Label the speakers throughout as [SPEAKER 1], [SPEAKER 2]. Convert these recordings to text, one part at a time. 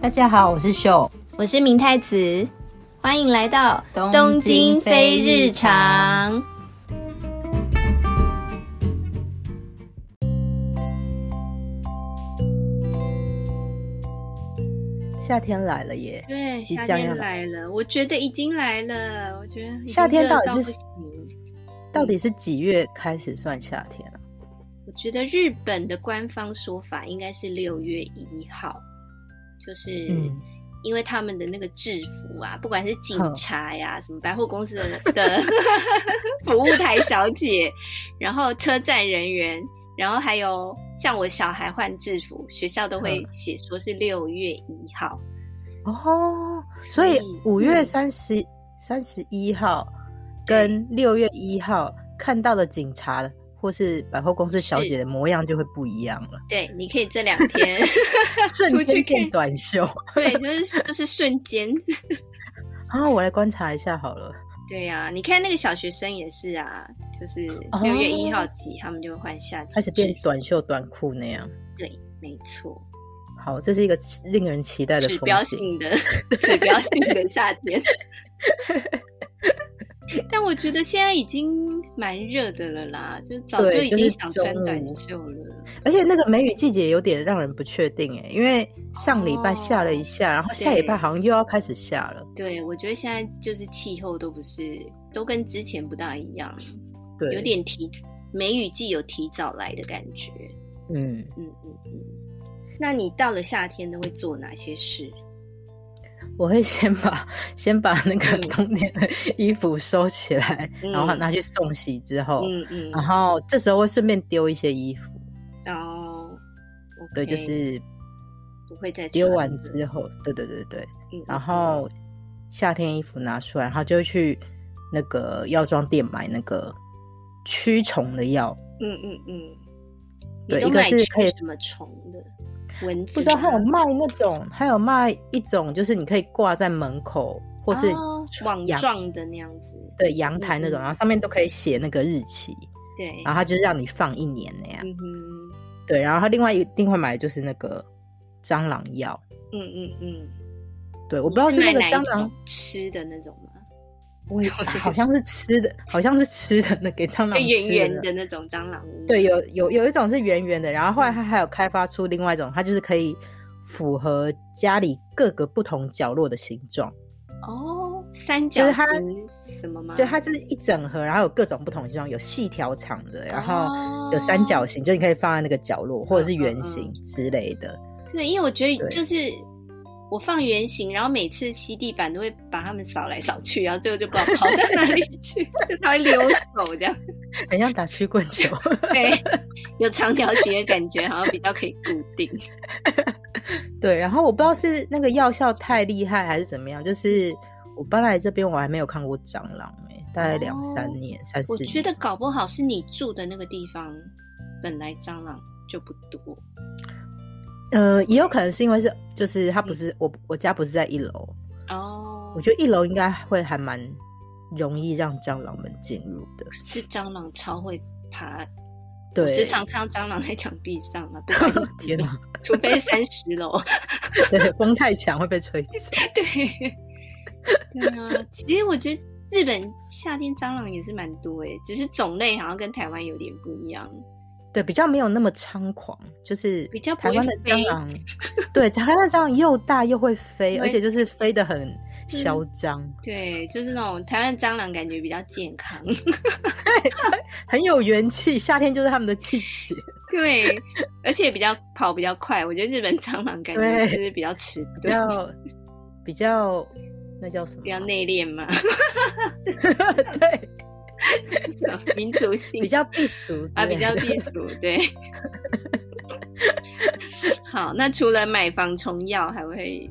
[SPEAKER 1] 大家好，我是秀。
[SPEAKER 2] 我是明太子，欢迎来到
[SPEAKER 1] 东京非日常。夏天来了耶，
[SPEAKER 2] 对，
[SPEAKER 1] 即
[SPEAKER 2] 夏
[SPEAKER 1] 将要
[SPEAKER 2] 天来了，我觉得已经来了，我觉得已经
[SPEAKER 1] 夏天
[SPEAKER 2] 热
[SPEAKER 1] 到
[SPEAKER 2] 到
[SPEAKER 1] 底是
[SPEAKER 2] 不行
[SPEAKER 1] 到底是几月开始算夏天啊？
[SPEAKER 2] 我觉得日本的官方说法应该是六月一号，就是
[SPEAKER 1] 嗯，
[SPEAKER 2] 因为他们的那个制服啊，不管是警
[SPEAKER 1] 哼
[SPEAKER 2] 察呀、什么百货公司的的 服务台小姐，然后车站人员，然后还有像我小孩换制服，学校都会写说是六月一号。
[SPEAKER 1] 哦，所以
[SPEAKER 2] 所以
[SPEAKER 1] 五月
[SPEAKER 2] 嗯
[SPEAKER 1] 三十三十一号跟六月一号看到的警察或是百货公司小
[SPEAKER 2] 是
[SPEAKER 1] 姐的模样就会不一样 了，
[SPEAKER 2] 对，你可以这两天
[SPEAKER 1] 瞬
[SPEAKER 2] 出
[SPEAKER 1] 间
[SPEAKER 2] 去
[SPEAKER 1] 变
[SPEAKER 2] 看，
[SPEAKER 1] 短袖。
[SPEAKER 2] 对，就是就是瞬间。
[SPEAKER 1] 啊，我来观察一下好了。
[SPEAKER 2] 对呀、你看那个小学生也是啊，就是
[SPEAKER 1] 哦
[SPEAKER 2] 六月一号起，他们就会换夏季
[SPEAKER 1] 开始变
[SPEAKER 2] 制服。
[SPEAKER 1] 短袖短裤那样。
[SPEAKER 2] 对，没错，
[SPEAKER 1] 好，这是一个期令人期待的
[SPEAKER 2] 指标
[SPEAKER 1] 风景。
[SPEAKER 2] 性的指标性的夏天。 但我觉得现在已经蛮热的了啦，就早就
[SPEAKER 1] 对
[SPEAKER 2] 已
[SPEAKER 1] 就是
[SPEAKER 2] 经想穿
[SPEAKER 1] 中午
[SPEAKER 2] 短袖了。
[SPEAKER 1] 而且那个梅雨季节有点让人不确定哎，因为上礼拜
[SPEAKER 2] 哦
[SPEAKER 1] 下了一下，然后下礼拜好像又要开始下了。
[SPEAKER 2] 对，我觉得现在就是气候都不是，都跟之前不大一样，
[SPEAKER 1] 对，
[SPEAKER 2] 有点提梅雨季有提早来的感觉。
[SPEAKER 1] 嗯，
[SPEAKER 2] 嗯嗯嗯。那你到了夏天都会做哪些事？
[SPEAKER 1] 我会先把先把那个
[SPEAKER 2] 嗯
[SPEAKER 1] 冬天的衣服收起来，
[SPEAKER 2] 嗯
[SPEAKER 1] 然后拿去送洗之后，
[SPEAKER 2] 嗯嗯，
[SPEAKER 1] 然后这时候会顺便丢一些衣服。
[SPEAKER 2] 然后哦 OK，
[SPEAKER 1] 啊对，就是
[SPEAKER 2] 不会再
[SPEAKER 1] 丢
[SPEAKER 2] 穿
[SPEAKER 1] 完
[SPEAKER 2] 哎了
[SPEAKER 1] 之后，对对对对。
[SPEAKER 2] 嗯嗯
[SPEAKER 1] 然后夏天衣服拿出来，然后就去那个药妆店买那个驱虫的药，
[SPEAKER 2] 嗯嗯嗯，
[SPEAKER 1] 对一
[SPEAKER 2] 你都
[SPEAKER 1] 个
[SPEAKER 2] 买
[SPEAKER 1] 是
[SPEAKER 2] 驱
[SPEAKER 1] 可以
[SPEAKER 2] 什么虫的蚊子吗，
[SPEAKER 1] 不知道还有卖那种，还有卖一种就是你可以挂在门口或是
[SPEAKER 2] 哦网
[SPEAKER 1] 阳
[SPEAKER 2] 状的那样子，
[SPEAKER 1] 对阳台那种，
[SPEAKER 2] 嗯
[SPEAKER 1] 然后上面都可以写那个日期，
[SPEAKER 2] 对，
[SPEAKER 1] 然后它就是让你放一年那样。
[SPEAKER 2] 嗯哼，
[SPEAKER 1] 对，然后它另外一另外买的就是那个蟑螂药，
[SPEAKER 2] 嗯嗯嗯，
[SPEAKER 1] 对，我
[SPEAKER 2] 我
[SPEAKER 1] 不知道是那个蟑螂，
[SPEAKER 2] 吃的那种吗？
[SPEAKER 1] 我也
[SPEAKER 2] 我觉得
[SPEAKER 1] 好像是吃的，好像是吃的那给蟑
[SPEAKER 2] 就
[SPEAKER 1] 螂
[SPEAKER 2] 圆
[SPEAKER 1] 吃
[SPEAKER 2] 圆
[SPEAKER 1] 的
[SPEAKER 2] 的那种蟑螂屋，
[SPEAKER 1] 对，有有有一种是圆圆的，然后后来它还有开发出另外一种，它就是可以符合家里各个不同角落的形状，
[SPEAKER 2] 哦，三
[SPEAKER 1] 就
[SPEAKER 2] 角
[SPEAKER 1] 是它
[SPEAKER 2] 形什么吗？
[SPEAKER 1] 就它是一整盒，然后有各种不同形状，有细条长的，然后
[SPEAKER 2] 哦
[SPEAKER 1] 有三角形，就你可以放在那个角落，或者是
[SPEAKER 2] 嗯嗯
[SPEAKER 1] 圆
[SPEAKER 2] 嗯
[SPEAKER 1] 形之类的。
[SPEAKER 2] 对，因为我觉
[SPEAKER 1] 对
[SPEAKER 2] 得就是我放圆形，然后每次吸地板都会把它们扫来扫去，然后最后就不知道跑到哪里去， 就它会溜走这样。
[SPEAKER 1] 很像打曲棍球，
[SPEAKER 2] 对，有长条形的感觉，好像比较可以固 定。
[SPEAKER 1] 对。然后我不知道是那个药效太厉害还是怎么样，就是我搬来这边我还没有看过蟑螂哎、大概两三
[SPEAKER 2] 哦
[SPEAKER 1] 年、三四
[SPEAKER 2] 我
[SPEAKER 1] 年。
[SPEAKER 2] 觉得搞不好是你住的那个地方本来蟑螂就不多，
[SPEAKER 1] 呃，也有可能是因为是，就是它
[SPEAKER 2] 嗯
[SPEAKER 1] 不是我我家不是在一楼，
[SPEAKER 2] 哦
[SPEAKER 1] 我，觉得一楼应该会还蛮容易让蟑螂们进入的。
[SPEAKER 2] 是蟑螂超会爬。我
[SPEAKER 1] 对，
[SPEAKER 2] 时常看到蟑螂在墙壁上 啊，不管你
[SPEAKER 1] 天哪，
[SPEAKER 2] 除非三十楼。
[SPEAKER 1] 对，风太强会被吹走。
[SPEAKER 2] 对，对啊，其实我觉得日本夏天蟑螂也是蛮多诶，只是种类好像跟台湾有点不一样。
[SPEAKER 1] 对，比较没有那么猖狂，就是
[SPEAKER 2] 比较不
[SPEAKER 1] 台
[SPEAKER 2] 会
[SPEAKER 1] 湾的
[SPEAKER 2] 飞
[SPEAKER 1] 蟑螂，对，台湾的蟑螂又大又会飞，
[SPEAKER 2] 对嗯
[SPEAKER 1] 而且就是飞得很嚣张，
[SPEAKER 2] 对，就是那种台湾蟑螂感觉比较健康。
[SPEAKER 1] 很有元气。夏天就是他们的季节，
[SPEAKER 2] 对，而且比较跑比较快。我觉得日本蟑螂感觉
[SPEAKER 1] 对
[SPEAKER 2] 就是比较迟
[SPEAKER 1] 比
[SPEAKER 2] 钝，
[SPEAKER 1] 较比较那叫什么啊？
[SPEAKER 2] 比较内敛嘛，
[SPEAKER 1] 对，
[SPEAKER 2] 民族性
[SPEAKER 1] 比较避暑之
[SPEAKER 2] 啊，比
[SPEAKER 1] 类
[SPEAKER 2] 较
[SPEAKER 1] 的
[SPEAKER 2] 避暑。对。好，那除了买防虫药，还会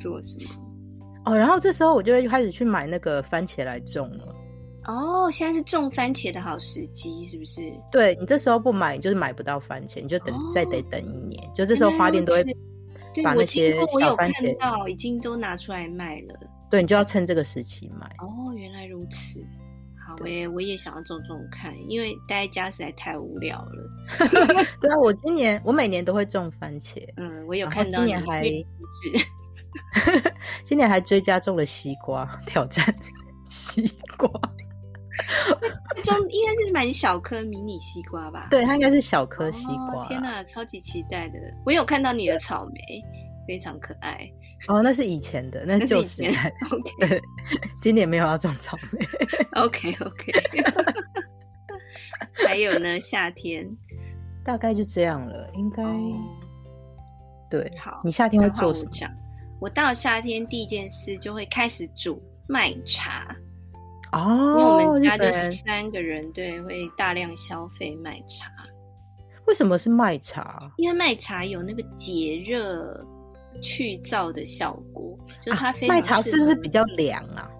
[SPEAKER 2] 做什么？
[SPEAKER 1] 哦。然后这时候我就会开始去买那个番茄来种了。
[SPEAKER 2] 哦，现在是种番茄的好时机，是不是？
[SPEAKER 1] 对你这时候不买，你就是买不到番茄，你就等、
[SPEAKER 2] 哦
[SPEAKER 1] 再得等一年。就这时候花店都会
[SPEAKER 2] 原来对，
[SPEAKER 1] 把
[SPEAKER 2] 我
[SPEAKER 1] 那些
[SPEAKER 2] 经过我
[SPEAKER 1] 小
[SPEAKER 2] 有
[SPEAKER 1] 番
[SPEAKER 2] 看
[SPEAKER 1] 茄，
[SPEAKER 2] 到，已经都拿出来卖了。
[SPEAKER 1] 对你就要趁这个时期买。
[SPEAKER 2] 哦，原来如此。好
[SPEAKER 1] 对
[SPEAKER 2] 诶，我也想要种种看，因为待在家实在太无聊了。
[SPEAKER 1] 对啊，我今年我每年都会种番茄，
[SPEAKER 2] 嗯，我有
[SPEAKER 1] 然后
[SPEAKER 2] 看到
[SPEAKER 1] 今年
[SPEAKER 2] 你
[SPEAKER 1] 还
[SPEAKER 2] 去布置
[SPEAKER 1] 今年还追加种了西瓜，挑 战西瓜。
[SPEAKER 2] 中应该是蛮小颗迷你西瓜吧？
[SPEAKER 1] 对，它应该是小颗西瓜
[SPEAKER 2] 哦
[SPEAKER 1] 啦。
[SPEAKER 2] 天哪，超级期待的！我有看到你的草莓，非常可爱。
[SPEAKER 1] 哦，那是以前的，那是旧时代。
[SPEAKER 2] OK
[SPEAKER 1] 对，今年没有要种草莓。
[SPEAKER 2] OK OK。还有呢，夏天。
[SPEAKER 1] 大概就这样了，应该、
[SPEAKER 2] 哦
[SPEAKER 1] 对。
[SPEAKER 2] 好，
[SPEAKER 1] 你夏天会
[SPEAKER 2] 那换
[SPEAKER 1] 做什
[SPEAKER 2] 我
[SPEAKER 1] 么？
[SPEAKER 2] 讲，我到夏天第一件事就会开始煮麦茶，因为
[SPEAKER 1] 哦，
[SPEAKER 2] 我们
[SPEAKER 1] 日
[SPEAKER 2] 家就
[SPEAKER 1] 本人
[SPEAKER 2] 三个人，对，会大量消费麦茶，
[SPEAKER 1] 为什么是麦茶？
[SPEAKER 2] 因为麦茶有那个解热去燥的效果，就
[SPEAKER 1] 啊
[SPEAKER 2] 它非常、
[SPEAKER 1] 麦茶是不是比？较凉啊？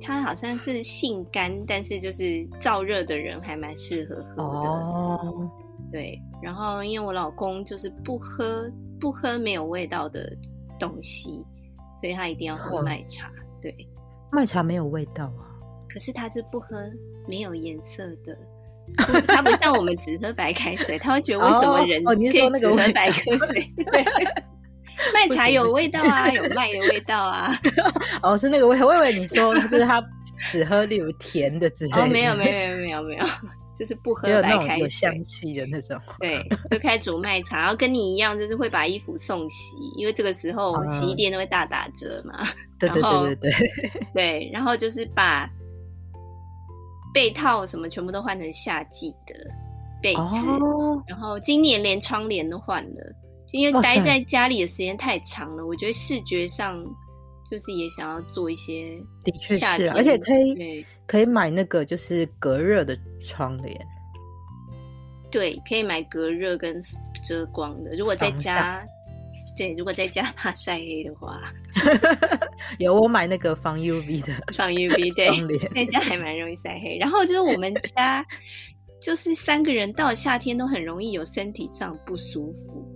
[SPEAKER 2] 它好像是性干，但是就是燥热的人还蛮适合喝的。
[SPEAKER 1] 哦，
[SPEAKER 2] 对，然后因为我老公就是不喝不喝没有味道的东西，所以他一定要喝
[SPEAKER 1] 嗯
[SPEAKER 2] 麦茶。对，
[SPEAKER 1] 麦茶没有味道啊。
[SPEAKER 2] 可是他就不喝没有颜色的。就是他不像我们只喝白开水，他会觉得为什么人
[SPEAKER 1] 哦哦
[SPEAKER 2] 可
[SPEAKER 1] 你
[SPEAKER 2] 以
[SPEAKER 1] 是
[SPEAKER 2] 只
[SPEAKER 1] 说那个味道
[SPEAKER 2] 喝白开 水？ 对，麦茶有味道啊，有麦的味道啊。
[SPEAKER 1] 哦，是那个味，我以为你说就是他 只喝例如甜的之类的，
[SPEAKER 2] 哦，没有没有，没有没有没有，就是不喝
[SPEAKER 1] 只有
[SPEAKER 2] 白
[SPEAKER 1] 那种
[SPEAKER 2] 开
[SPEAKER 1] 有
[SPEAKER 2] 水
[SPEAKER 1] 香。气的 那种。
[SPEAKER 2] 对，就开始煮卖茶，然后跟你一样，就是会把衣服送洗，因为这个时候
[SPEAKER 1] 嗯
[SPEAKER 2] 洗衣店都会大打折嘛。
[SPEAKER 1] 对对
[SPEAKER 2] 然后
[SPEAKER 1] 对对对，
[SPEAKER 2] 对，然后就是把被套什么全部都换成夏季的被子，
[SPEAKER 1] 哦，
[SPEAKER 2] 然后今年连窗帘都换了，就因为
[SPEAKER 1] 哇塞
[SPEAKER 2] 待在家里的时间太长了，我觉得视觉上就是也想要做一些
[SPEAKER 1] 的确
[SPEAKER 2] 夏
[SPEAKER 1] 是
[SPEAKER 2] 天
[SPEAKER 1] 啊，而且可以
[SPEAKER 2] 对
[SPEAKER 1] 可以买那个就是隔热的窗帘，
[SPEAKER 2] 对，可以买隔热跟遮光的。如果在
[SPEAKER 1] 防晒
[SPEAKER 2] 家，对，如果在家怕晒黑的话，
[SPEAKER 1] 有我买那个防 UV 的
[SPEAKER 2] 放 UV 对。
[SPEAKER 1] 窗帘。
[SPEAKER 2] 在家还蛮容易晒黑。然后就是我们家，就是三个人到了夏天都很容易有身体上不舒服，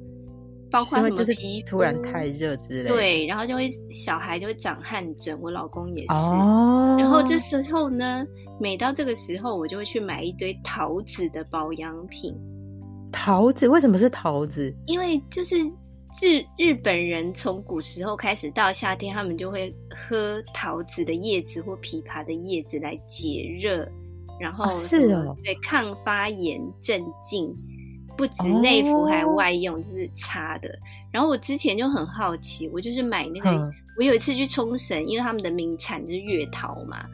[SPEAKER 2] 包
[SPEAKER 1] 是
[SPEAKER 2] 括
[SPEAKER 1] 因
[SPEAKER 2] 什
[SPEAKER 1] 为
[SPEAKER 2] 么
[SPEAKER 1] 就是
[SPEAKER 2] 皮
[SPEAKER 1] 突然
[SPEAKER 2] 肤
[SPEAKER 1] 太热之类的。
[SPEAKER 2] 对，然后就会小孩就会长汗疹，我老公也是。
[SPEAKER 1] 哦，
[SPEAKER 2] 然后这时候呢，每到这个时候，我就会去买一堆桃子的保养品，
[SPEAKER 1] 桃子为什么是桃子？
[SPEAKER 2] 因为就是日日本人从古时候开始到夏天，他们就会喝桃子的叶子或枇杷的叶子来解热，然后
[SPEAKER 1] 哦是
[SPEAKER 2] 什么
[SPEAKER 1] 哦
[SPEAKER 2] 对抗发炎镇静，不止内服
[SPEAKER 1] 哦
[SPEAKER 2] 还外用，就是擦的。然后我之前就很好奇，我就是买那个，
[SPEAKER 1] 嗯
[SPEAKER 2] 我有一次去冲绳，因为他们的名产就是月桃嘛，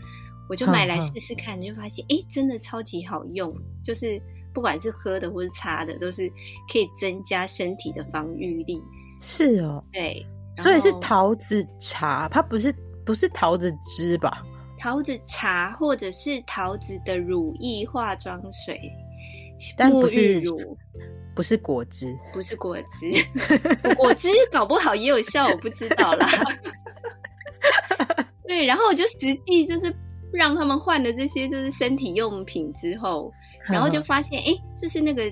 [SPEAKER 2] 我就买来
[SPEAKER 1] 嗯嗯
[SPEAKER 2] 试试看，就发现哎、诶真的超级好用，就是不管是喝的或是擦的，都是可以增加身体的防御力。
[SPEAKER 1] 是哦，
[SPEAKER 2] 对，然
[SPEAKER 1] 所以是
[SPEAKER 2] 后
[SPEAKER 1] 桃子茶，它不是不是桃子汁吧？
[SPEAKER 2] 桃子茶或者是桃子的乳液化妆水，
[SPEAKER 1] 但不
[SPEAKER 2] 沐
[SPEAKER 1] 是
[SPEAKER 2] 浴乳，
[SPEAKER 1] 不是果汁，
[SPEAKER 2] 不是果 汁，果汁搞不好也有效，我不知道 啦。对，然后我就实际就是让他们换了这些就是身体用品之后，然后就
[SPEAKER 1] 嗯
[SPEAKER 2] 发现哎、诶就是那个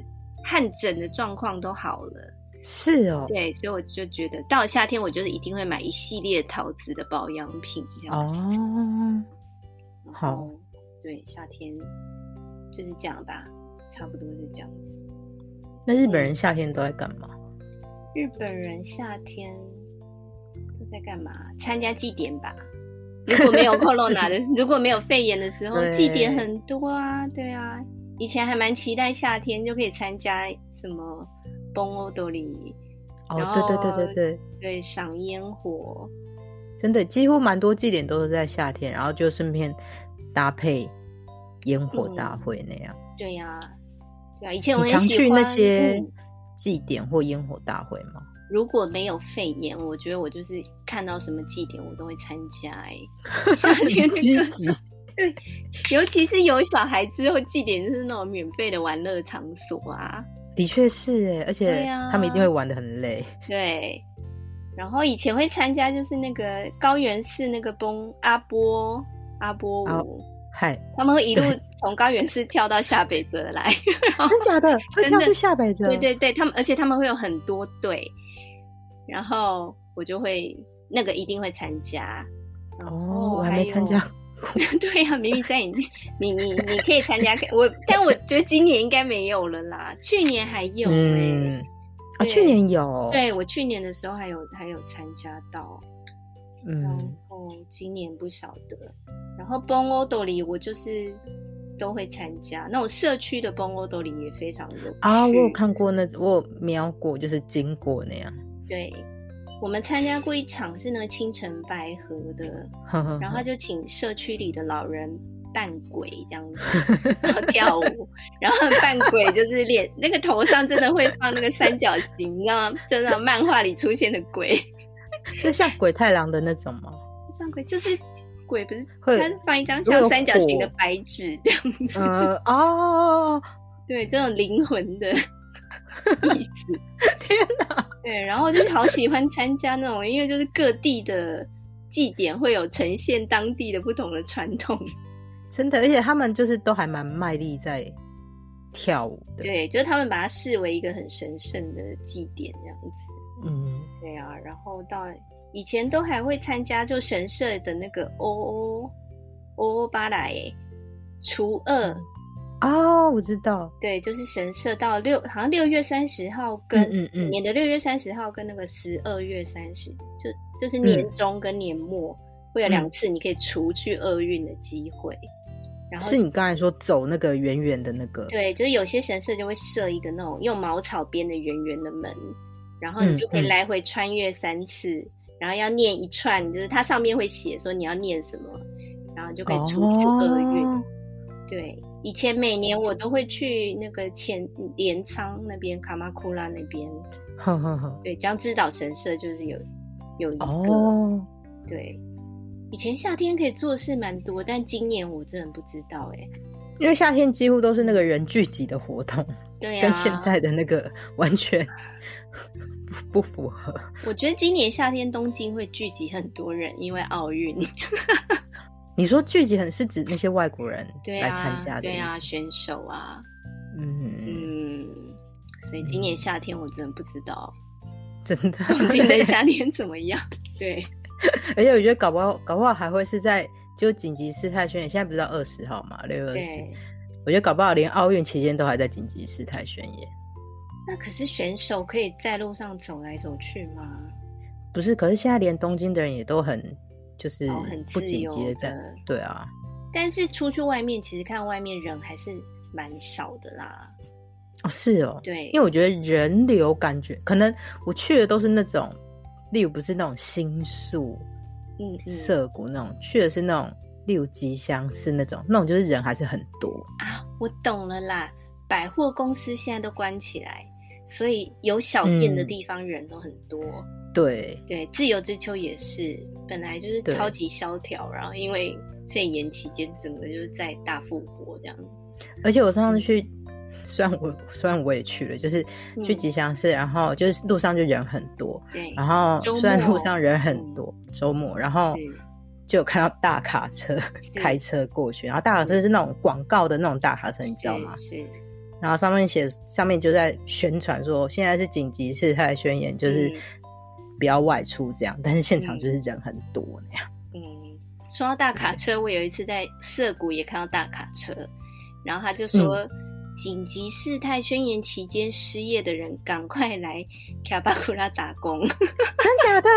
[SPEAKER 2] 汗疹的状况都好了。
[SPEAKER 1] 是哦，
[SPEAKER 2] 对，所以我就觉得到了夏天，我就是一定会买一系列桃子的保养品这样。
[SPEAKER 1] 哦，
[SPEAKER 2] 然
[SPEAKER 1] 好
[SPEAKER 2] 后，对，夏天就是这样吧，差不多是这样子。
[SPEAKER 1] 那日本人夏天都在干嘛？
[SPEAKER 2] 日本人夏天都在干嘛？参加祭典吧。如果 没有 corona 的，如果没有肺炎的时候，
[SPEAKER 1] 对
[SPEAKER 2] 祭典很多啊，对啊。以前还蛮期待夏天就可以参加什么蹦欧斗里，
[SPEAKER 1] 哦
[SPEAKER 2] 然，
[SPEAKER 1] 对对对对对，
[SPEAKER 2] 对，赏烟火，
[SPEAKER 1] 真的几乎蛮多祭典都是在夏天，然后就顺便搭配烟火大会那样。
[SPEAKER 2] 对呀、对啊。以前我
[SPEAKER 1] 你
[SPEAKER 2] 很
[SPEAKER 1] 常
[SPEAKER 2] 嗯喜
[SPEAKER 1] 去那
[SPEAKER 2] 欢
[SPEAKER 1] 些
[SPEAKER 2] 嗯
[SPEAKER 1] 祭典或烟火大会 吗？
[SPEAKER 2] 如果没有肺炎，我觉得我就是看到什么祭典我都会参加、 欸。夏天
[SPEAKER 1] 很积
[SPEAKER 2] 那个
[SPEAKER 1] 极。
[SPEAKER 2] 尤其是有小孩之后，祭典就是那种免费的玩乐场所啊。
[SPEAKER 1] 的确是哎，而且
[SPEAKER 2] 对啊
[SPEAKER 1] 他们一定会玩的很累。
[SPEAKER 2] 对，然后以前会参加就是那个高原寺那个崩阿波阿波舞，
[SPEAKER 1] 嗨，
[SPEAKER 2] 他们会一路
[SPEAKER 1] 哦对
[SPEAKER 2] 从高原寺跳到下北泽 来。然后
[SPEAKER 1] 真假 的？会
[SPEAKER 2] 哦真
[SPEAKER 1] 跳
[SPEAKER 2] 的
[SPEAKER 1] 去下北泽？
[SPEAKER 2] 对对对，他们而且他们会有很多队，然后我就会那个一定会参加。然
[SPEAKER 1] 哦，
[SPEAKER 2] 后
[SPEAKER 1] 我还没
[SPEAKER 2] 有
[SPEAKER 1] 参加。
[SPEAKER 2] 对呀、明明在你你你你可 以参加，我但我觉得今年应该没有了啦，去年还有哎、
[SPEAKER 1] 嗯，啊，啊，去年有，
[SPEAKER 2] 对我去年的时候还有还有参加到，然
[SPEAKER 1] 嗯，
[SPEAKER 2] 后今年不晓得。然后 Bon o d o 里我就是都会参加，那种社区的 Bon o d o 里也非常有趣
[SPEAKER 1] 啊，我有看过那，我有瞄过，就是经过那样，
[SPEAKER 2] 对，我们参加过一场是那个清晨白河的，
[SPEAKER 1] 呵呵
[SPEAKER 2] 然后
[SPEAKER 1] 呵
[SPEAKER 2] 他就请社区里的老人扮鬼这样 子，然后跳舞，然后扮鬼就是脸那个头上真的会放那个三角形，你知道吗？就那种漫画里出现的鬼，
[SPEAKER 1] 是像鬼太郎的那种吗？
[SPEAKER 2] 像鬼就是鬼不是，
[SPEAKER 1] 会
[SPEAKER 2] 他放一张
[SPEAKER 1] 如果
[SPEAKER 2] 像
[SPEAKER 1] 有
[SPEAKER 2] 三角形的
[SPEAKER 1] 火
[SPEAKER 2] 白纸这样 子，
[SPEAKER 1] 呃，哦，
[SPEAKER 2] 对，这种灵 魂的意思。
[SPEAKER 1] 天哪，
[SPEAKER 2] 对，然后就是好喜欢参加那种，因为就是各地的祭典会有呈现当地的不同的传统，
[SPEAKER 1] 真的，而且他们就是都还蛮卖力在跳舞的，
[SPEAKER 2] 对，就是他们把它视为一个很神圣的祭典这样子。
[SPEAKER 1] 嗯，
[SPEAKER 2] 对啊，然后到以前都还会参加就神社的那个哦欧欧欧欧哦巴来除
[SPEAKER 1] 嗯
[SPEAKER 2] 恶，
[SPEAKER 1] 哦，我知道，
[SPEAKER 2] 对，就是神社到六好像六月三十号跟
[SPEAKER 1] 嗯嗯嗯
[SPEAKER 2] 每年的六月三十号跟那个十二月三十，就就是
[SPEAKER 1] 嗯
[SPEAKER 2] 年中跟年末、会有两次你可以除去厄运的机会。然后
[SPEAKER 1] 是你刚才说走那个远远的那个，
[SPEAKER 2] 对，就是有些神社就会设一个那种用茅草编的圆圆的门，然后你就可以
[SPEAKER 1] 嗯嗯
[SPEAKER 2] 来回穿越三次，然后要念一串，就是它上面会写说你要念什么，然后就可以除去厄运。
[SPEAKER 1] 哦
[SPEAKER 2] 对，以前每年我都会去那个前镰仓那边、卡马库拉那边，
[SPEAKER 1] 呵呵 呵，
[SPEAKER 2] 对，江之岛神社就是有有一个，
[SPEAKER 1] 哦，
[SPEAKER 2] 对。以前夏天可以做的事蛮多，但今年我真的不知道哎、
[SPEAKER 1] 因为夏天几乎都是那个人聚集的活动，
[SPEAKER 2] 对啊呀、
[SPEAKER 1] 跟现在的那个 完全不不符合。
[SPEAKER 2] 我觉得今年夏天东京会聚集很多人，因为 奥运。
[SPEAKER 1] 你说聚集很是指那些外国人
[SPEAKER 2] 对
[SPEAKER 1] 来参
[SPEAKER 2] 啊
[SPEAKER 1] 加，的，
[SPEAKER 2] 对啊，，选手啊，
[SPEAKER 1] 嗯，
[SPEAKER 2] 嗯，所以今年夏天我真的不知 道
[SPEAKER 1] 真 的。
[SPEAKER 2] 东京的夏天怎么样。 对，
[SPEAKER 1] 而且我觉得搞不好，搞不好还会是在就紧急事态宣言，现在不是到二十号嘛，六月二十。
[SPEAKER 2] 对。
[SPEAKER 1] 我觉得搞不好连奥运期间都还在紧急事态宣言，
[SPEAKER 2] 那可是选手可以在路上走来走去吗？
[SPEAKER 1] 不是？可是现在连东京的人也都很就是
[SPEAKER 2] 哦很
[SPEAKER 1] 不
[SPEAKER 2] 自
[SPEAKER 1] 紧
[SPEAKER 2] 由
[SPEAKER 1] 急地在，
[SPEAKER 2] 的
[SPEAKER 1] 对啊，
[SPEAKER 2] 但是出去外面，其实看外面人还是蛮少的啦。
[SPEAKER 1] 哦是哦，
[SPEAKER 2] 对，
[SPEAKER 1] 因为我觉得人流感觉可能我去的都是那种，例如不是那种新宿、
[SPEAKER 2] 嗯嗯
[SPEAKER 1] 涩谷那种，去的是那种例如吉祥寺那种，那种就是人还是很多。
[SPEAKER 2] 啊，我懂了啦。百货公司现在都关起来，所以有小店的
[SPEAKER 1] 嗯
[SPEAKER 2] 地方人都很多。
[SPEAKER 1] 对，
[SPEAKER 2] 对，自由之秋也是，本来就是
[SPEAKER 1] 对
[SPEAKER 2] 超级萧条，然后因为肺炎期间，整个就是在大复活这样。
[SPEAKER 1] 而且我上次去，虽然我虽然我也去了，就是去
[SPEAKER 2] 嗯
[SPEAKER 1] 吉祥寺，然后就是路上就人很多，
[SPEAKER 2] 对，
[SPEAKER 1] 然后
[SPEAKER 2] 周末嗯
[SPEAKER 1] 虽然路上人很多，周末然后
[SPEAKER 2] 是
[SPEAKER 1] 就有看到大卡车
[SPEAKER 2] 是
[SPEAKER 1] 开车过去，然后大卡车是那种广告的那种大卡车，你知道吗？
[SPEAKER 2] 是是
[SPEAKER 1] 然后上面写，上面就在宣传说现在是紧急事态宣言，就是
[SPEAKER 2] 嗯
[SPEAKER 1] 不要外出这样。但是现场
[SPEAKER 2] 嗯
[SPEAKER 1] 就是人很多那样。
[SPEAKER 2] 嗯，说到大卡车，我有一次在涩谷也看到大卡车，然后他
[SPEAKER 1] 嗯
[SPEAKER 2] 就说，紧急事态宣言期间失业的人赶快来卡巴库拉打工，
[SPEAKER 1] 真假的？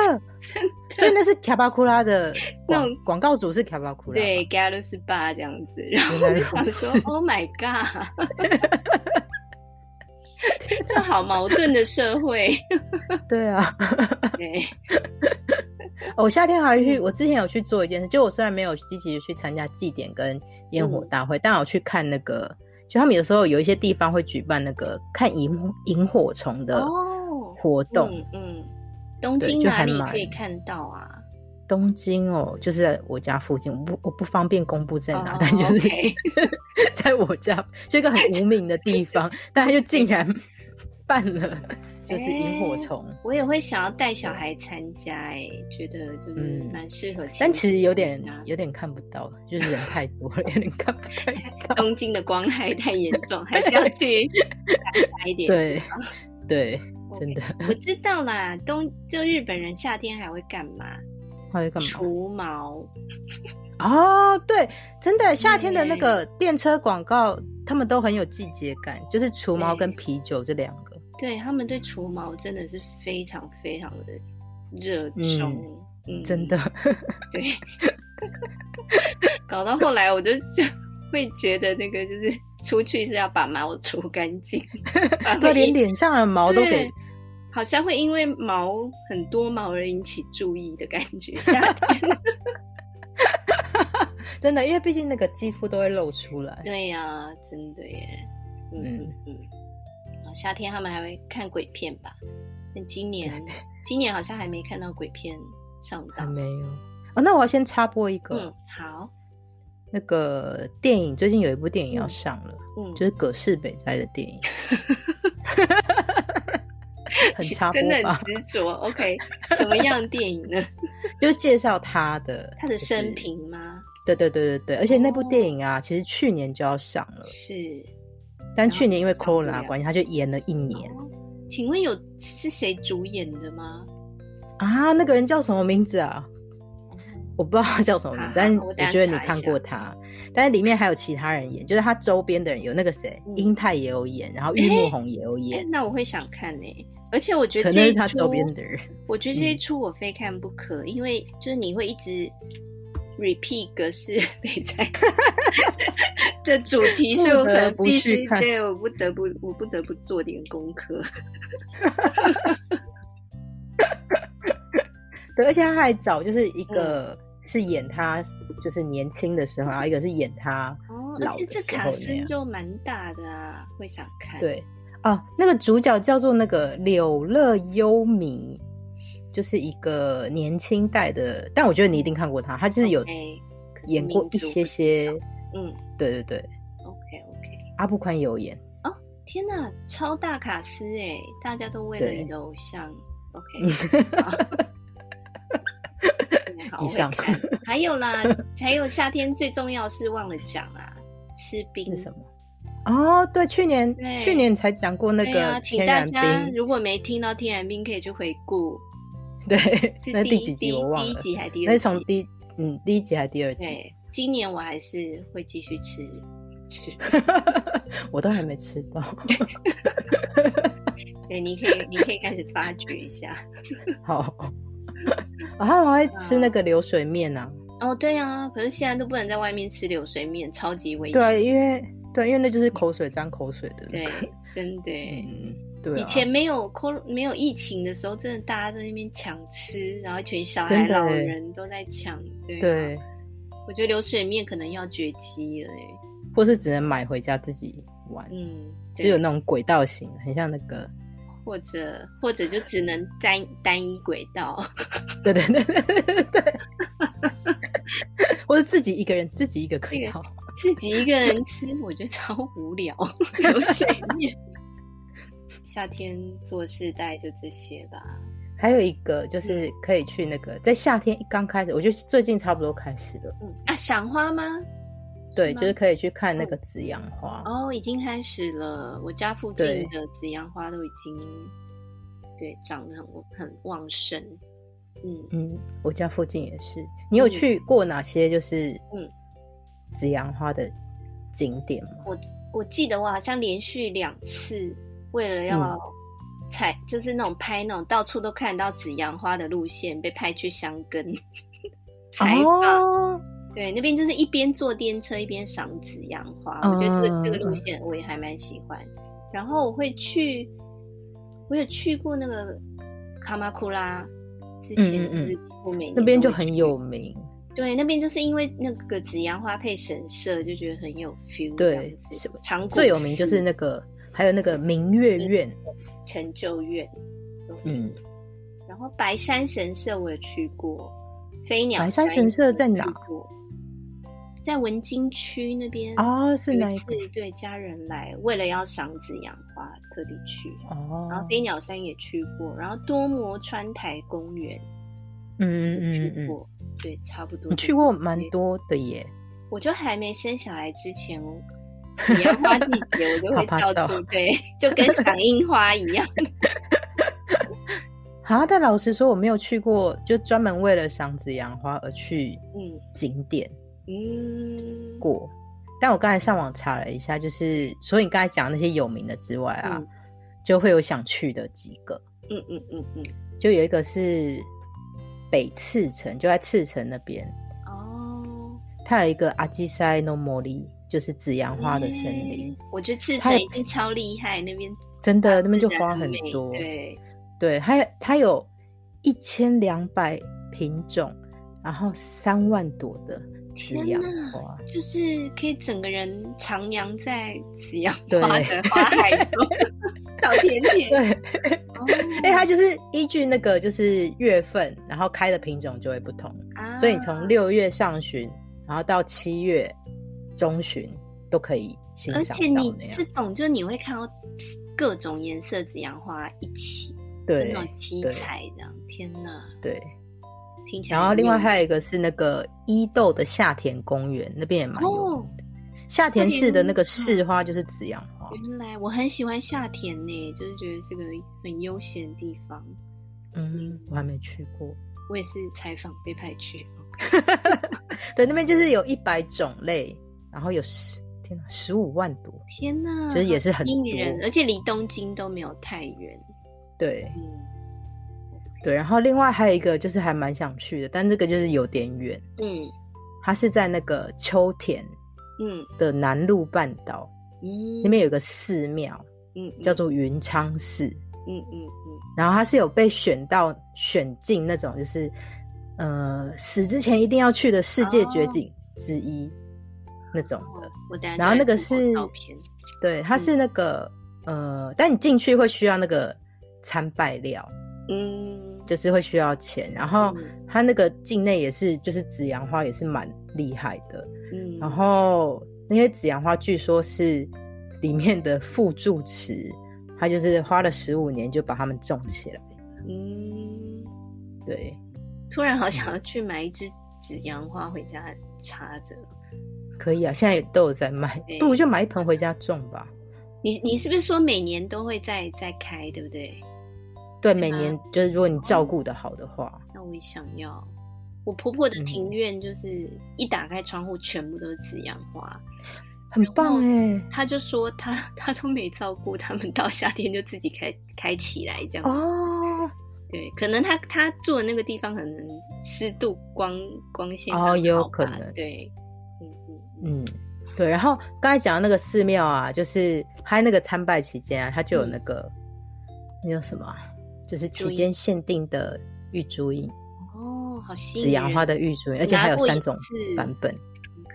[SPEAKER 1] 所以那是卡巴库拉的
[SPEAKER 2] 那
[SPEAKER 1] 广
[SPEAKER 2] 种
[SPEAKER 1] 广告主是卡巴库拉吗。
[SPEAKER 2] 对 g a l u s Bar 这样子，然后
[SPEAKER 1] 原
[SPEAKER 2] 我
[SPEAKER 1] 来
[SPEAKER 2] 就
[SPEAKER 1] 如
[SPEAKER 2] 想说
[SPEAKER 1] 此
[SPEAKER 2] ，Oh my god，就好矛盾的社会，
[SPEAKER 1] 对啊！
[SPEAKER 2] 对，
[SPEAKER 1] 哦我夏天还
[SPEAKER 2] 嗯
[SPEAKER 1] 去，我之前有去做一件事，就我虽然没有积极的去参加祭典跟烟
[SPEAKER 2] 嗯
[SPEAKER 1] 火大会，但我去看那个，就他们有时候有一些地方会举办那个看萤萤火虫的
[SPEAKER 2] 哦
[SPEAKER 1] 活动。
[SPEAKER 2] 嗯嗯，东
[SPEAKER 1] 对
[SPEAKER 2] 京
[SPEAKER 1] 就
[SPEAKER 2] 哪
[SPEAKER 1] 还
[SPEAKER 2] 里
[SPEAKER 1] 蛮
[SPEAKER 2] 可以看到啊？
[SPEAKER 1] 东京哦，就是在我家附近，我不我不方便公布在哪，
[SPEAKER 2] 哦
[SPEAKER 1] 但就是
[SPEAKER 2] OK
[SPEAKER 1] 在我家这个很无名的地方，但他就竟然办了，就是萤
[SPEAKER 2] 哎
[SPEAKER 1] 火虫，
[SPEAKER 2] 我也会想要带小孩参加、欸，哎，觉得就是
[SPEAKER 1] 嗯
[SPEAKER 2] 蛮适合亲子参加、
[SPEAKER 1] 但其实有点
[SPEAKER 2] 啊
[SPEAKER 1] 有点看不到，就是人太多了，有点看不太到。
[SPEAKER 2] 东京的光害太严重，还是要去 乡下一点。
[SPEAKER 1] 对对，
[SPEAKER 2] OK
[SPEAKER 1] 真的，
[SPEAKER 2] 我知道啦，东就日本人夏天还会干嘛？
[SPEAKER 1] 还有干嘛？
[SPEAKER 2] 除毛。
[SPEAKER 1] 哦，对，真的，夏天的那个电车广告，他们都很有季节感，就是除毛跟
[SPEAKER 2] 对
[SPEAKER 1] 啤酒这两个。
[SPEAKER 2] 对他们对除毛真的是非常非常的热衷，嗯，
[SPEAKER 1] 真的，
[SPEAKER 2] 对，搞到后来我就就会觉得那个就是出去是要把毛除干 净，
[SPEAKER 1] 对，连脸上的毛都给。
[SPEAKER 2] 好像会因为毛很多毛而引起注意的感觉，夏天
[SPEAKER 1] 真的，因为毕竟那个肌肤都会露出来。
[SPEAKER 2] 对呀、啊，真的耶。嗯嗯嗯。夏天他们还会看鬼片吧？但 今年今年好像还没看到鬼片上档。还
[SPEAKER 1] 没有。哦，那我要先插播一个。
[SPEAKER 2] 嗯，好。
[SPEAKER 1] 那个电影最近有一部电影要上了，嗯，就是葛饰北斋的电 影。 很差，
[SPEAKER 2] 真的很执 着。OK，什么样电影 呢？
[SPEAKER 1] 就介绍他的
[SPEAKER 2] 他的生平吗？
[SPEAKER 1] 对对对对对，而且那部电影啊，其实去年就要上
[SPEAKER 2] 呃
[SPEAKER 1] 了，
[SPEAKER 2] 是。
[SPEAKER 1] 但去年因为 Corona 关系，他就延了一哦年。
[SPEAKER 2] 请问有是谁主演的吗？
[SPEAKER 1] 啊，那个人叫什么名字啊？我不知道他叫什么名，但是我觉得你看过他。但是里面还有其他人演，就是他周边的人有那个谁，英泰也有演，然后玉木宏也有演。
[SPEAKER 2] 哎那我会想看呢。而且我觉得
[SPEAKER 1] 可能是他周边的人，
[SPEAKER 2] 我觉得这一出我非看不可，嗯、因为就是你会一直 repeat 格 式北菜的主题，所以我可能必须对我不得不我不得不做点功课。
[SPEAKER 1] 对，而且他还找就是一个是演他就是年轻的时候，嗯、然后一个是演他
[SPEAKER 2] 哦，而且这卡斯就蛮大的啊，会想看
[SPEAKER 1] 对。哦，那个主角叫做那个柳乐优弥，就是一个年轻代的，但我觉得你一定看过他，他就是有演过一些些，
[SPEAKER 2] 嗯，
[SPEAKER 1] 对对对
[SPEAKER 2] ，OK OK，
[SPEAKER 1] 阿布宽有演
[SPEAKER 2] 哦，天哪，超大卡司哎，大家都为了你的偶像，OK， 嗯
[SPEAKER 1] 以上，
[SPEAKER 2] 还有啦，还有夏天最重要是忘了讲啊，吃冰
[SPEAKER 1] 是什么？哦，对，去年去年才讲过那个
[SPEAKER 2] 天然冰。啊、请大家如果没听到天然冰，可以去回顾。
[SPEAKER 1] 对，那第几集我忘
[SPEAKER 2] 了？第一集还是第二集？
[SPEAKER 1] 那是从第嗯第一集还是第二集？
[SPEAKER 2] 对，今年我还是会继续吃吃，
[SPEAKER 1] 我都还没吃到。
[SPEAKER 2] 对，你可以你可以开始发掘一下。
[SPEAKER 1] 好， 我、哦、还会吃
[SPEAKER 2] 啊
[SPEAKER 1] 那个流水面呢、
[SPEAKER 2] 啊。哦，对啊，可是现在都不能在外面吃流水面，超级危险。
[SPEAKER 1] 对，啊因为。对，因为那就是口水沾口水的、那
[SPEAKER 2] 個。对，真的。欸
[SPEAKER 1] 嗯，对、啊。
[SPEAKER 2] 以前没有口没有疫情的时候，真的大家在那边抢吃，然后一群小孩、老人都在抢。对、
[SPEAKER 1] 欸
[SPEAKER 2] 啊。
[SPEAKER 1] 对。
[SPEAKER 2] 我觉得流水面可能要绝迹了，欸
[SPEAKER 1] 或是只能买回家自己玩。
[SPEAKER 2] 嗯。
[SPEAKER 1] 就有那种轨道型，很像那个。
[SPEAKER 2] 或者或者就只能单单一轨道。
[SPEAKER 1] 对对对对对对。或者自己一个人，自己一个轨道。
[SPEAKER 2] 自己一个人吃，我觉得超无聊。流水面， 夏天做事带就这些吧。
[SPEAKER 1] 还有一个就是可以去那个，嗯、在夏天刚开始，我觉得最近差不多开始了。
[SPEAKER 2] 嗯啊，赏花吗？
[SPEAKER 1] 对，是就是可以去看那个紫阳花。
[SPEAKER 2] 哦，已经开始了。我家附近的紫阳花都已经对长得很很旺盛。嗯
[SPEAKER 1] 嗯，我家附近也是。你有去过哪些？就是嗯。嗯紫阳花的景点吗？
[SPEAKER 2] 我我记得我好像连续两次，为了要采，嗯、就是那种拍那种到处都看到紫阳花的路线，被派去香根 采访。哦、对，那边就是一边坐电车一边赏紫阳花，我觉得这个、嗯、这个路线我也还蛮喜欢。然后我会去，我有去过那个卡马库拉，之前是几乎每年、嗯、
[SPEAKER 1] 那边就很有名。
[SPEAKER 2] 对，那边就是因为那个紫阳花配神社，就觉得很有 feel。
[SPEAKER 1] 对，
[SPEAKER 2] 长
[SPEAKER 1] 最有名就是那个，还有那个明月院、
[SPEAKER 2] 成就院。
[SPEAKER 1] 嗯，
[SPEAKER 2] 然后白山神社我也去过，飞鸟
[SPEAKER 1] 白山神社在哪？
[SPEAKER 2] 在文京区那边
[SPEAKER 1] 哦，是哪一
[SPEAKER 2] 次对家人来，为了要赏紫阳花，特地去。
[SPEAKER 1] 哦，
[SPEAKER 2] 然后飞鸟山也去过，然后多摩川台公园。
[SPEAKER 1] 嗯嗯
[SPEAKER 2] 嗯嗯，对，差不多。
[SPEAKER 1] 你去过蛮多的耶。
[SPEAKER 2] 我就还没生小孩之前， 紫阳花季节我就会到处对，就跟赏樱花一 样。
[SPEAKER 1] 啊，但老实说，我没有去过，就专门为了赏紫阳花而去
[SPEAKER 2] 嗯
[SPEAKER 1] 景点
[SPEAKER 2] 嗯
[SPEAKER 1] 过。但我刚才上网查了一下，就是除了你刚才讲那些有名的之外啊，
[SPEAKER 2] 嗯、
[SPEAKER 1] 就会有想去的几个，
[SPEAKER 2] 嗯嗯嗯嗯，
[SPEAKER 1] 就有一个是北赤城，就在赤城那边，
[SPEAKER 2] 哦，
[SPEAKER 1] 它有一个阿基塞诺莫利，就是紫阳花的森林，
[SPEAKER 2] 嗯我觉得赤
[SPEAKER 1] 它
[SPEAKER 2] 城
[SPEAKER 1] 也
[SPEAKER 2] 一定超厉害，那边
[SPEAKER 1] 真的那边就
[SPEAKER 2] 自然
[SPEAKER 1] 花很
[SPEAKER 2] 美
[SPEAKER 1] 多，
[SPEAKER 2] 对，
[SPEAKER 1] 对，它它有一千两百品种，然后三万朵的紫
[SPEAKER 2] 天
[SPEAKER 1] 阳
[SPEAKER 2] 哪
[SPEAKER 1] 花，
[SPEAKER 2] 就是可以整个人徜徉在紫阳
[SPEAKER 1] 对
[SPEAKER 2] 花的花海中，小甜甜。
[SPEAKER 1] 对。
[SPEAKER 2] 哦
[SPEAKER 1] 哎、它就是依据那个就是月份，然后开的品种就会不同，
[SPEAKER 2] 啊
[SPEAKER 1] 所以你从六月上旬，然后到七月中旬都可以欣
[SPEAKER 2] 而
[SPEAKER 1] 赏
[SPEAKER 2] 且
[SPEAKER 1] 到
[SPEAKER 2] 你
[SPEAKER 1] 那
[SPEAKER 2] 这
[SPEAKER 1] 样。
[SPEAKER 2] 种，就你会看到各种颜色紫阳花一起，真
[SPEAKER 1] 对
[SPEAKER 2] 的七
[SPEAKER 1] 对
[SPEAKER 2] 彩这样。天哪，
[SPEAKER 1] 对，
[SPEAKER 2] 听起来
[SPEAKER 1] 然后
[SPEAKER 2] 很
[SPEAKER 1] 另外
[SPEAKER 2] 诱
[SPEAKER 1] 还有一个是那个伊豆的夏田公园，那边也蛮
[SPEAKER 2] 人
[SPEAKER 1] 有名。
[SPEAKER 2] 哦，
[SPEAKER 1] 夏田市的那个
[SPEAKER 2] 嗯
[SPEAKER 1] 市花就是紫阳花，
[SPEAKER 2] 原来我很喜欢夏田呢，就是觉得是个很悠闲的地方。
[SPEAKER 1] 嗯，我还没去过。
[SPEAKER 2] 我也是采访被派去，
[SPEAKER 1] 对，那边就是有一百种类，然后有十天哪十五万朵，
[SPEAKER 2] 天哪，
[SPEAKER 1] 就是也是很
[SPEAKER 2] 吸引人，
[SPEAKER 1] 多
[SPEAKER 2] 而且离东京都没有太远。
[SPEAKER 1] 对。
[SPEAKER 2] 嗯
[SPEAKER 1] 对，然后另外还有一个就是还蛮想去的，但这个就是有点远，
[SPEAKER 2] 嗯
[SPEAKER 1] 它是在那个秋田
[SPEAKER 2] 嗯
[SPEAKER 1] 的南路半岛，
[SPEAKER 2] 嗯，
[SPEAKER 1] 那边有个寺庙
[SPEAKER 2] 嗯
[SPEAKER 1] 叫做云昌寺，
[SPEAKER 2] 嗯嗯嗯
[SPEAKER 1] 然后它是有被选到选进那种就是呃死之前一定要去的世界绝景之一、那种
[SPEAKER 2] 嗯，
[SPEAKER 1] 的
[SPEAKER 2] 哦。嗯我等下
[SPEAKER 1] 然后
[SPEAKER 2] 就
[SPEAKER 1] 那
[SPEAKER 2] 来
[SPEAKER 1] 个
[SPEAKER 2] 看好
[SPEAKER 1] 是
[SPEAKER 2] 照片，
[SPEAKER 1] 对，它是那个、呃，但你进去会需要那个参拜料，
[SPEAKER 2] 嗯，
[SPEAKER 1] 就是会需要钱，然后
[SPEAKER 2] 嗯
[SPEAKER 1] 它那个境内也是，就是紫阳花也是蛮厉害的。
[SPEAKER 2] 嗯，
[SPEAKER 1] 然后那些紫阳花据说是里面的副住持，他就是花了十五年就把它们种起来。
[SPEAKER 2] 嗯，
[SPEAKER 1] 对，
[SPEAKER 2] 突然好想要去买一支紫阳花回家插着。
[SPEAKER 1] 可以啊，现在也都有在卖
[SPEAKER 2] 对，
[SPEAKER 1] 不如就买一盆回家种吧。
[SPEAKER 2] 你你是不是说每年都会再再开，对不对？
[SPEAKER 1] 对，
[SPEAKER 2] 对
[SPEAKER 1] 每
[SPEAKER 2] 吗
[SPEAKER 1] 年就是如果你照顾的好的话，
[SPEAKER 2] 那我也想要。我婆婆的
[SPEAKER 1] 嗯
[SPEAKER 2] 庭院就是一打开窗户，全部都是紫阳花。
[SPEAKER 1] 很棒哎、
[SPEAKER 2] 她就说她她都没照顾，他们到夏天就自己开开起来这样。
[SPEAKER 1] 哦
[SPEAKER 2] 对，可能他他住的那个地方可能湿度光光线
[SPEAKER 1] 哦
[SPEAKER 2] 刚好
[SPEAKER 1] 也有
[SPEAKER 2] 吧
[SPEAKER 1] 可能
[SPEAKER 2] 对，嗯嗯嗯
[SPEAKER 1] 嗯，对。然后刚才讲的那个寺庙啊，就是他那个参拜期间啊，他就有那个、那叫什么啊，就是期间限定的玉珠印，
[SPEAKER 2] 哦，好新
[SPEAKER 1] 嗯紫阳花的玉珠印，而且还有三种版本，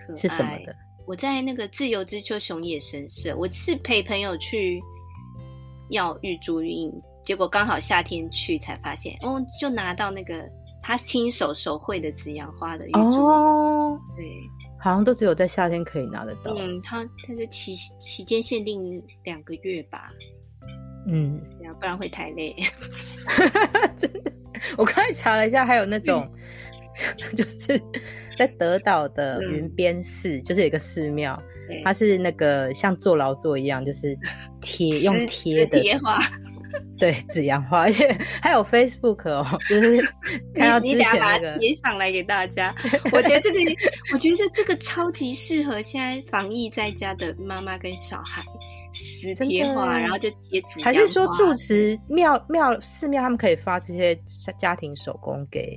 [SPEAKER 2] 本
[SPEAKER 1] 是什么的？？
[SPEAKER 2] 我在那个自由之丘熊野神社，我是陪朋友去要玉珠印，结果刚好夏天去才发现，哦，就拿到那个他亲手手绘的紫阳花的玉珠，
[SPEAKER 1] 哦，
[SPEAKER 2] 对，
[SPEAKER 1] 好像都只有在夏天可以拿得到。
[SPEAKER 2] 嗯，他他就期期间限定两个月吧，
[SPEAKER 1] 嗯，
[SPEAKER 2] 对啊不然会太累。
[SPEAKER 1] 真的，我刚才查了一下，还有那种。
[SPEAKER 2] 嗯
[SPEAKER 1] 就是在德岛的
[SPEAKER 2] 嗯
[SPEAKER 1] 云边寺，就是有一个寺庙，
[SPEAKER 2] 对
[SPEAKER 1] 它是那个像坐牢座一样，就是贴用
[SPEAKER 2] 磁
[SPEAKER 1] 贴
[SPEAKER 2] 磁
[SPEAKER 1] 的
[SPEAKER 2] 贴画，
[SPEAKER 1] 对，紫阳花，而且还有 Facebook 哦，就是看到之
[SPEAKER 2] 你你等下
[SPEAKER 1] 前
[SPEAKER 2] 把
[SPEAKER 1] 那
[SPEAKER 2] 它
[SPEAKER 1] 个，
[SPEAKER 2] 贴上来给大家。我觉得这个，我觉得这个超级适合现在防疫在家的妈妈跟小孩，磁
[SPEAKER 1] 真
[SPEAKER 2] 贴
[SPEAKER 1] 的啊
[SPEAKER 2] 画，然后就贴纸。
[SPEAKER 1] 还是说住持庙庙寺庙他们可以发这些家家庭手工给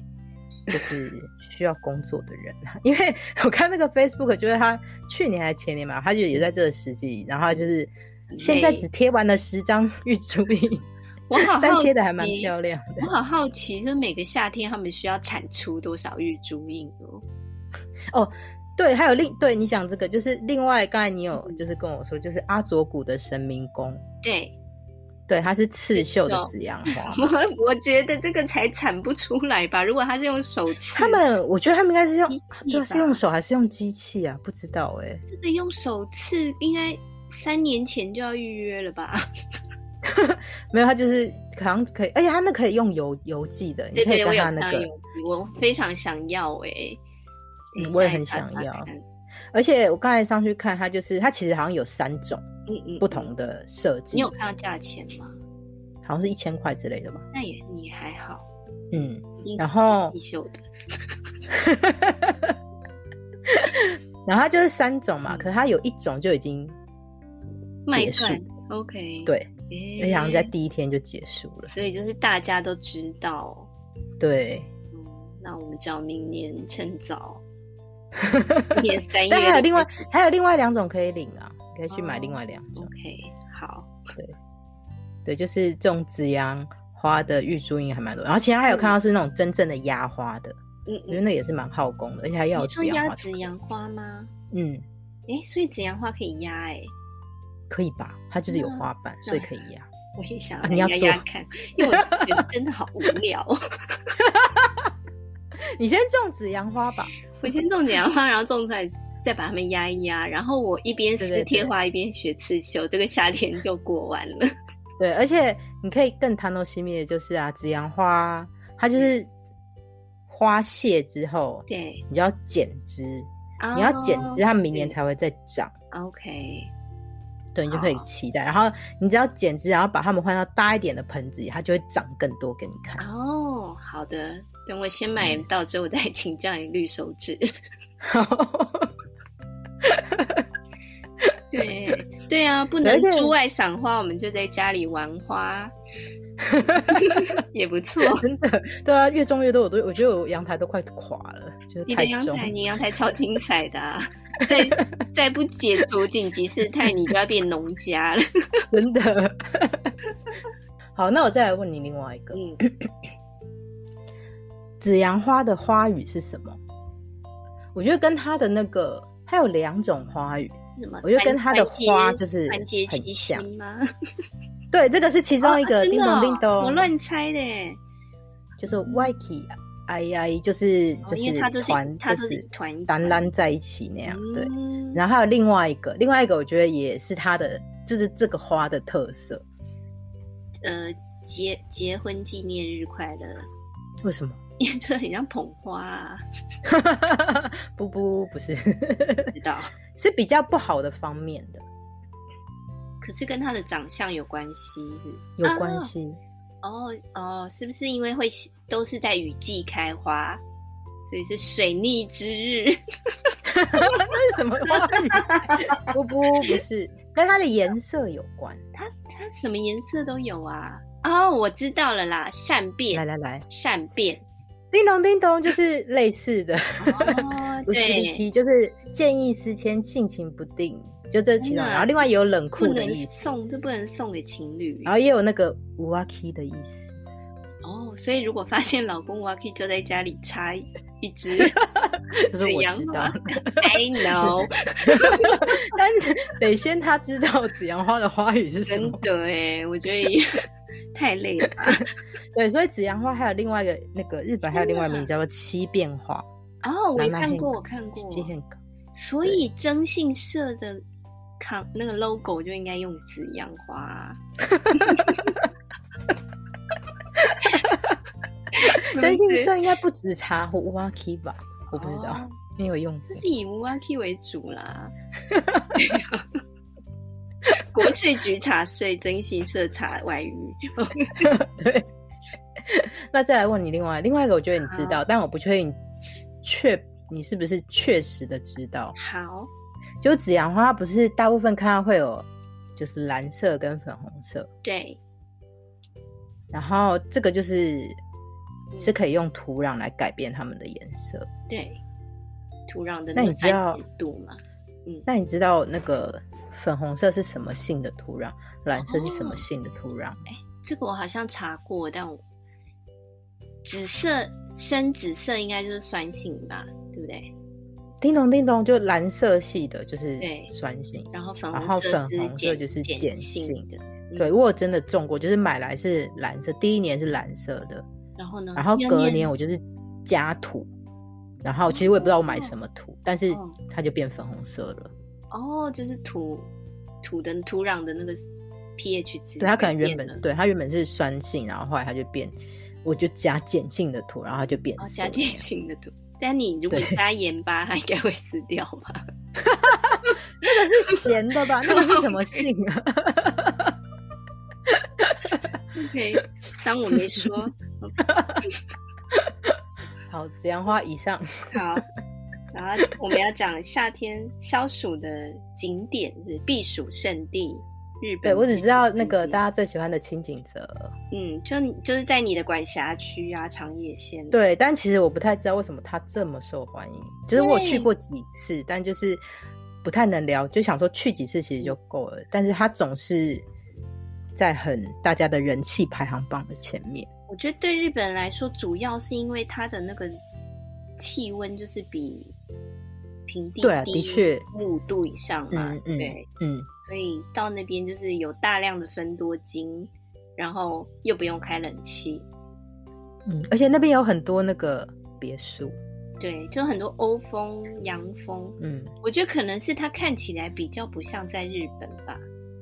[SPEAKER 1] 就是需要工作的人啊？ 因为我看那个 Facebook，就是他去年还是前年嘛，他就也在这个时期，然后他就是现在
[SPEAKER 2] 累
[SPEAKER 1] 只贴完了十张玉珠印，
[SPEAKER 2] 我 好
[SPEAKER 1] 但
[SPEAKER 2] 好
[SPEAKER 1] 贴的还蛮
[SPEAKER 2] 奇
[SPEAKER 1] 漂亮的
[SPEAKER 2] 我好好奇，就是每个夏天他们需要产出多少玉珠印哦？
[SPEAKER 1] 对，还有另对你讲这个，就是另外刚才你有
[SPEAKER 2] 嗯
[SPEAKER 1] 就是跟我说，就是阿佐谷的神明宫。
[SPEAKER 2] 对，
[SPEAKER 1] 对，它是刺绣的
[SPEAKER 2] 绣
[SPEAKER 1] 紫阳 花，
[SPEAKER 2] 我我觉得这个才产不出来吧。如果他是用手刺，
[SPEAKER 1] 他们，我觉得他们应该是用
[SPEAKER 2] 机，器
[SPEAKER 1] 对啊，是
[SPEAKER 2] 吧
[SPEAKER 1] 用手还是用机器啊？不知道哎、
[SPEAKER 2] 这个用手刺，应该三年前就要预约了吧？
[SPEAKER 1] 没有，他就是好像可以，而且他那可以用邮邮寄的，你
[SPEAKER 2] 对
[SPEAKER 1] 可以
[SPEAKER 2] 对，我
[SPEAKER 1] 跟
[SPEAKER 2] 有
[SPEAKER 1] 他
[SPEAKER 2] 看
[SPEAKER 1] 那
[SPEAKER 2] 到
[SPEAKER 1] 个
[SPEAKER 2] 有，集我非常想要哎、
[SPEAKER 1] 嗯
[SPEAKER 2] 等一
[SPEAKER 1] 我也
[SPEAKER 2] 下
[SPEAKER 1] 很
[SPEAKER 2] 查
[SPEAKER 1] 想
[SPEAKER 2] 查
[SPEAKER 1] 要
[SPEAKER 2] 看
[SPEAKER 1] 而且我刚才上去看，它就是它其实好像有三种
[SPEAKER 2] 嗯嗯，
[SPEAKER 1] 不
[SPEAKER 2] 嗯
[SPEAKER 1] 同。的设
[SPEAKER 2] 你
[SPEAKER 1] 计
[SPEAKER 2] 有，看到价钱吗？
[SPEAKER 1] 好像是一千块之类的吧，
[SPEAKER 2] 那也你还好。
[SPEAKER 1] 嗯，
[SPEAKER 2] 你
[SPEAKER 1] 然后
[SPEAKER 2] 刺绣的，
[SPEAKER 1] 然后它就是三种嘛，
[SPEAKER 2] 嗯
[SPEAKER 1] 可是它有一种就已经
[SPEAKER 2] 卖
[SPEAKER 1] 结束，
[SPEAKER 2] 断 OK，，
[SPEAKER 1] 对，
[SPEAKER 2] 诶
[SPEAKER 1] 而且好像在第一天就结束了。
[SPEAKER 2] 所以就是大家都知道，
[SPEAKER 1] 对，
[SPEAKER 2] 嗯，那我们只要明年趁早，明年 三月，
[SPEAKER 1] 但还有另外还有另外两种可以领啊，你可以去买另外
[SPEAKER 2] 哦
[SPEAKER 1] 两种。
[SPEAKER 2] OK，好，
[SPEAKER 1] 对，就是这种紫阳花的玉珠应该还蛮多，然后其他还有看到是那种真正的压花的，
[SPEAKER 2] 嗯
[SPEAKER 1] 我觉得
[SPEAKER 2] 嗯，
[SPEAKER 1] 那也是蛮耗工的，而且还要有
[SPEAKER 2] 你说
[SPEAKER 1] 紫阳
[SPEAKER 2] 压
[SPEAKER 1] 花。
[SPEAKER 2] 紫阳花吗？
[SPEAKER 1] 嗯，
[SPEAKER 2] 诶，所以紫阳花可以压欸诶，
[SPEAKER 1] 可以吧？它就是有花瓣，所以可以压。
[SPEAKER 2] 我也想
[SPEAKER 1] 啊
[SPEAKER 2] 来
[SPEAKER 1] 你要
[SPEAKER 2] 压
[SPEAKER 1] 做
[SPEAKER 2] 压看，因为我觉得真的好无聊。
[SPEAKER 1] 你先种紫阳花吧。
[SPEAKER 2] 我先种点花，啊然后种出来，再把它们压一压，然后我一边
[SPEAKER 1] 对对
[SPEAKER 2] 撕
[SPEAKER 1] 对
[SPEAKER 2] 贴花一边学刺绣，这个夏天就过完了。
[SPEAKER 1] 对，而且你可以更谈到西米的就是啊，紫阳花它就是花谢之后，
[SPEAKER 2] 对，
[SPEAKER 1] 你就要剪枝，你要剪枝，啊它明年才会再长。
[SPEAKER 2] 哦。OK，
[SPEAKER 1] 对，你就可以
[SPEAKER 2] 好
[SPEAKER 1] 期待。然后你只要剪枝，然后把它们换到大一点的盆子里，它就会长更多给你看。
[SPEAKER 2] 哦，好的，等我先
[SPEAKER 1] 嗯
[SPEAKER 2] 买到之后，我再请教你绿手 指。对，对啊，不能
[SPEAKER 1] 而且
[SPEAKER 2] 出外赏花，我们就在家里玩 花，也不错。
[SPEAKER 1] 真的，对啊，越种越多，我都我觉得我阳台都快垮了，就是
[SPEAKER 2] 你的
[SPEAKER 1] 太
[SPEAKER 2] 阳
[SPEAKER 1] 重。
[SPEAKER 2] 台，你阳台超精彩的、啊， 再再不 解除紧急事态，你就要变农家了。
[SPEAKER 1] 真的。 好，那我再来问你另外一个，
[SPEAKER 2] 嗯，
[SPEAKER 1] 紫阳花的花语是什么？我觉得跟它的那个，它有两种花语，
[SPEAKER 2] 什么？
[SPEAKER 1] 我觉得跟它的
[SPEAKER 2] 团结
[SPEAKER 1] 花就是
[SPEAKER 2] 团结
[SPEAKER 1] 很
[SPEAKER 2] 齐
[SPEAKER 1] 像。
[SPEAKER 2] 心吗？
[SPEAKER 1] 对，这个是其中一
[SPEAKER 2] 哦
[SPEAKER 1] 个，
[SPEAKER 2] 真的
[SPEAKER 1] 叮
[SPEAKER 2] 哦
[SPEAKER 1] 咚叮咚，
[SPEAKER 2] 我乱猜的耶。
[SPEAKER 1] 就是 Yiki，哎呀，就是
[SPEAKER 2] 哦
[SPEAKER 1] 就
[SPEAKER 2] 因为它就是是
[SPEAKER 1] 团，
[SPEAKER 2] 它
[SPEAKER 1] 就
[SPEAKER 2] 就是
[SPEAKER 1] 是
[SPEAKER 2] 团一
[SPEAKER 1] 单
[SPEAKER 2] 团
[SPEAKER 1] 单在一起那样，对。
[SPEAKER 2] 嗯
[SPEAKER 1] 然后还有另外一个，另外一个我觉得也是它的，就是这个花的特色。
[SPEAKER 2] 呃，结结婚纪念日快乐，
[SPEAKER 1] 为什么？
[SPEAKER 2] 因为这很像捧花、啊，
[SPEAKER 1] 不不不是，
[SPEAKER 2] 不知道。
[SPEAKER 1] 是比较不好的方面的，
[SPEAKER 2] 可是跟他的长相有关系，
[SPEAKER 1] 有关系。
[SPEAKER 2] 啊。哦哦，是不是因为会都是在雨季开花，所以是水逆之日？
[SPEAKER 1] 那是什么花 语？不不不是，跟它的颜色有关。
[SPEAKER 2] 它什么颜色都有啊。哦，我知道了啦，善
[SPEAKER 1] 来
[SPEAKER 2] 变，
[SPEAKER 1] 来来，
[SPEAKER 2] 善变。
[SPEAKER 1] 叮咚叮咚，就是类似的。，
[SPEAKER 2] 哦
[SPEAKER 1] c
[SPEAKER 2] 对，
[SPEAKER 1] t 就是见异思迁、性情不定，就这其
[SPEAKER 2] 真
[SPEAKER 1] 中。
[SPEAKER 2] 的
[SPEAKER 1] 然后另外也有冷
[SPEAKER 2] 不
[SPEAKER 1] 酷的意
[SPEAKER 2] 能
[SPEAKER 1] 思，
[SPEAKER 2] 送，这不能送给情侣。
[SPEAKER 1] 然后也有那个无阿 k 的意 思。
[SPEAKER 2] 哦，所以如果发现老公 Waki 就在家里插一 支
[SPEAKER 1] 就是我知
[SPEAKER 2] 紫
[SPEAKER 1] 道
[SPEAKER 2] 阳花，，I know，
[SPEAKER 1] 但得先他知道紫阳花的花语是什
[SPEAKER 2] 真
[SPEAKER 1] 么。
[SPEAKER 2] 的哎，我觉得也 太累了吧。
[SPEAKER 1] 对，所以紫阳花还有另外一个那个日本还有另外一个名字
[SPEAKER 2] 天
[SPEAKER 1] 叫做七变花，
[SPEAKER 2] 哦，我
[SPEAKER 1] 拿
[SPEAKER 2] 也
[SPEAKER 1] 来
[SPEAKER 2] 看
[SPEAKER 1] 看
[SPEAKER 2] 过，我看过。
[SPEAKER 1] 七变花。
[SPEAKER 2] 所以征信社的康那个 logo 就应该用紫阳 花。
[SPEAKER 1] 相信社应该不止茶壶无阿 k 吧？我不知道，
[SPEAKER 2] 哦
[SPEAKER 1] 没有用过。
[SPEAKER 2] 就是以 Waki 为主啦。 国税局查税，征信社查外遇。
[SPEAKER 1] 对。那再来问你另外另外一个，我觉得你知道，但我不确定确你是不是确实的知道。
[SPEAKER 2] 好，
[SPEAKER 1] 就紫阳花不是大部分看到会有就是蓝色跟粉红色，
[SPEAKER 2] 对，
[SPEAKER 1] 然后这个就是
[SPEAKER 2] 嗯
[SPEAKER 1] 是可以用土壤来改变它们的颜色。
[SPEAKER 2] 对，土壤的
[SPEAKER 1] 那
[SPEAKER 2] 个
[SPEAKER 1] 你知道
[SPEAKER 2] 酸碱度嘛？
[SPEAKER 1] 那你知道那个粉红色是什么性的土壤，蓝色是什
[SPEAKER 2] 哦
[SPEAKER 1] 么性的土壤？
[SPEAKER 2] 这个我好像查过，但我紫色深紫色应该就是酸性吧，对不对？
[SPEAKER 1] 叮咚叮咚，就蓝色系的就是
[SPEAKER 2] 对
[SPEAKER 1] 酸性。
[SPEAKER 2] 然后粉
[SPEAKER 1] 然后
[SPEAKER 2] 红
[SPEAKER 1] 粉
[SPEAKER 2] 色是
[SPEAKER 1] 红色
[SPEAKER 2] 碱
[SPEAKER 1] 就是
[SPEAKER 2] 碱
[SPEAKER 1] 碱性
[SPEAKER 2] 性的，嗯
[SPEAKER 1] 对，我有真的种过，就是买来是蓝色，第一年是蓝色的，
[SPEAKER 2] 然后呢？
[SPEAKER 1] 然后
[SPEAKER 2] 嗯要
[SPEAKER 1] 隔
[SPEAKER 2] 念
[SPEAKER 1] 年我就是加土，然后其实我也不知道我买什么土，但是
[SPEAKER 2] 哦
[SPEAKER 1] 它就变粉红色了。
[SPEAKER 2] 哦，就是土土的土壤的那个 pH 值改变了，
[SPEAKER 1] 对，它可能原本对它原本是酸性，然后后来它就变，我就加碱性的土，然后它就变
[SPEAKER 2] 哦
[SPEAKER 1] 色
[SPEAKER 2] 加
[SPEAKER 1] 了。
[SPEAKER 2] 碱性的土。但你如果
[SPEAKER 1] 对
[SPEAKER 2] 加盐巴，它应该会死掉吧？
[SPEAKER 1] 那个是咸的吧？那个是什 么性啊？
[SPEAKER 2] OK，当我没说。
[SPEAKER 1] 好，紫阳花以上，
[SPEAKER 2] 好，然后我们要讲夏天消暑的景点，就是避暑胜地。日
[SPEAKER 1] 对
[SPEAKER 2] 本。
[SPEAKER 1] 我只知道那个大
[SPEAKER 2] 家，
[SPEAKER 1] 家最喜欢的清景泽，
[SPEAKER 2] 嗯，就就是在你的管辖区啊，长野县。，
[SPEAKER 1] 对，但其实我不太知道为什么它这么受欢迎。就是我有去
[SPEAKER 2] 对
[SPEAKER 1] 过几次，但就是不太能聊，就想说去几次其实就够了。但是它总是在很大家的人气排行榜的前面。
[SPEAKER 2] 我觉得对日本来说，主要是因为它的那个气温就是比平地
[SPEAKER 1] 对啊
[SPEAKER 2] 低
[SPEAKER 1] 的确
[SPEAKER 2] 五度以上嘛，
[SPEAKER 1] 嗯嗯
[SPEAKER 2] 对，
[SPEAKER 1] 嗯，
[SPEAKER 2] 所以到那边就是有大量的芬多精，然后又不用开冷气，
[SPEAKER 1] 嗯，而且那边有很多那个别墅，
[SPEAKER 2] 对，就很多欧风、洋风。
[SPEAKER 1] 嗯，
[SPEAKER 2] 我觉得可能是它看起来比较不像在日本吧，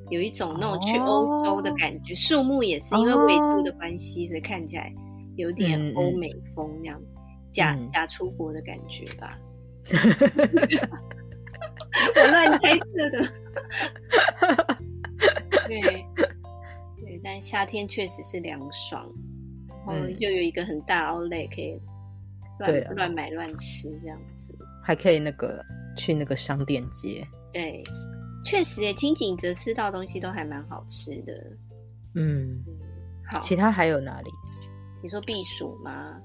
[SPEAKER 2] 有一种那种去欧洲
[SPEAKER 1] 哦
[SPEAKER 2] 的感觉。树木也是因为纬度的关系，所以看起来有点
[SPEAKER 1] 嗯嗯
[SPEAKER 2] 欧美风那样，假
[SPEAKER 1] 嗯
[SPEAKER 2] 假出国的感觉 吧。我乱猜测的。对，对，但夏天确实是凉爽，然后
[SPEAKER 1] 嗯
[SPEAKER 2] 又有一个很大 o u l 可以
[SPEAKER 1] 对
[SPEAKER 2] 乱
[SPEAKER 1] 啊
[SPEAKER 2] 乱买乱吃这样子。
[SPEAKER 1] 还可以那个去那个商店街，
[SPEAKER 2] 对，确实诶，清景泽吃到的东西都还蛮好吃的。
[SPEAKER 1] 嗯，
[SPEAKER 2] 嗯，好，
[SPEAKER 1] 其他还有哪里？
[SPEAKER 2] 你说避暑吗？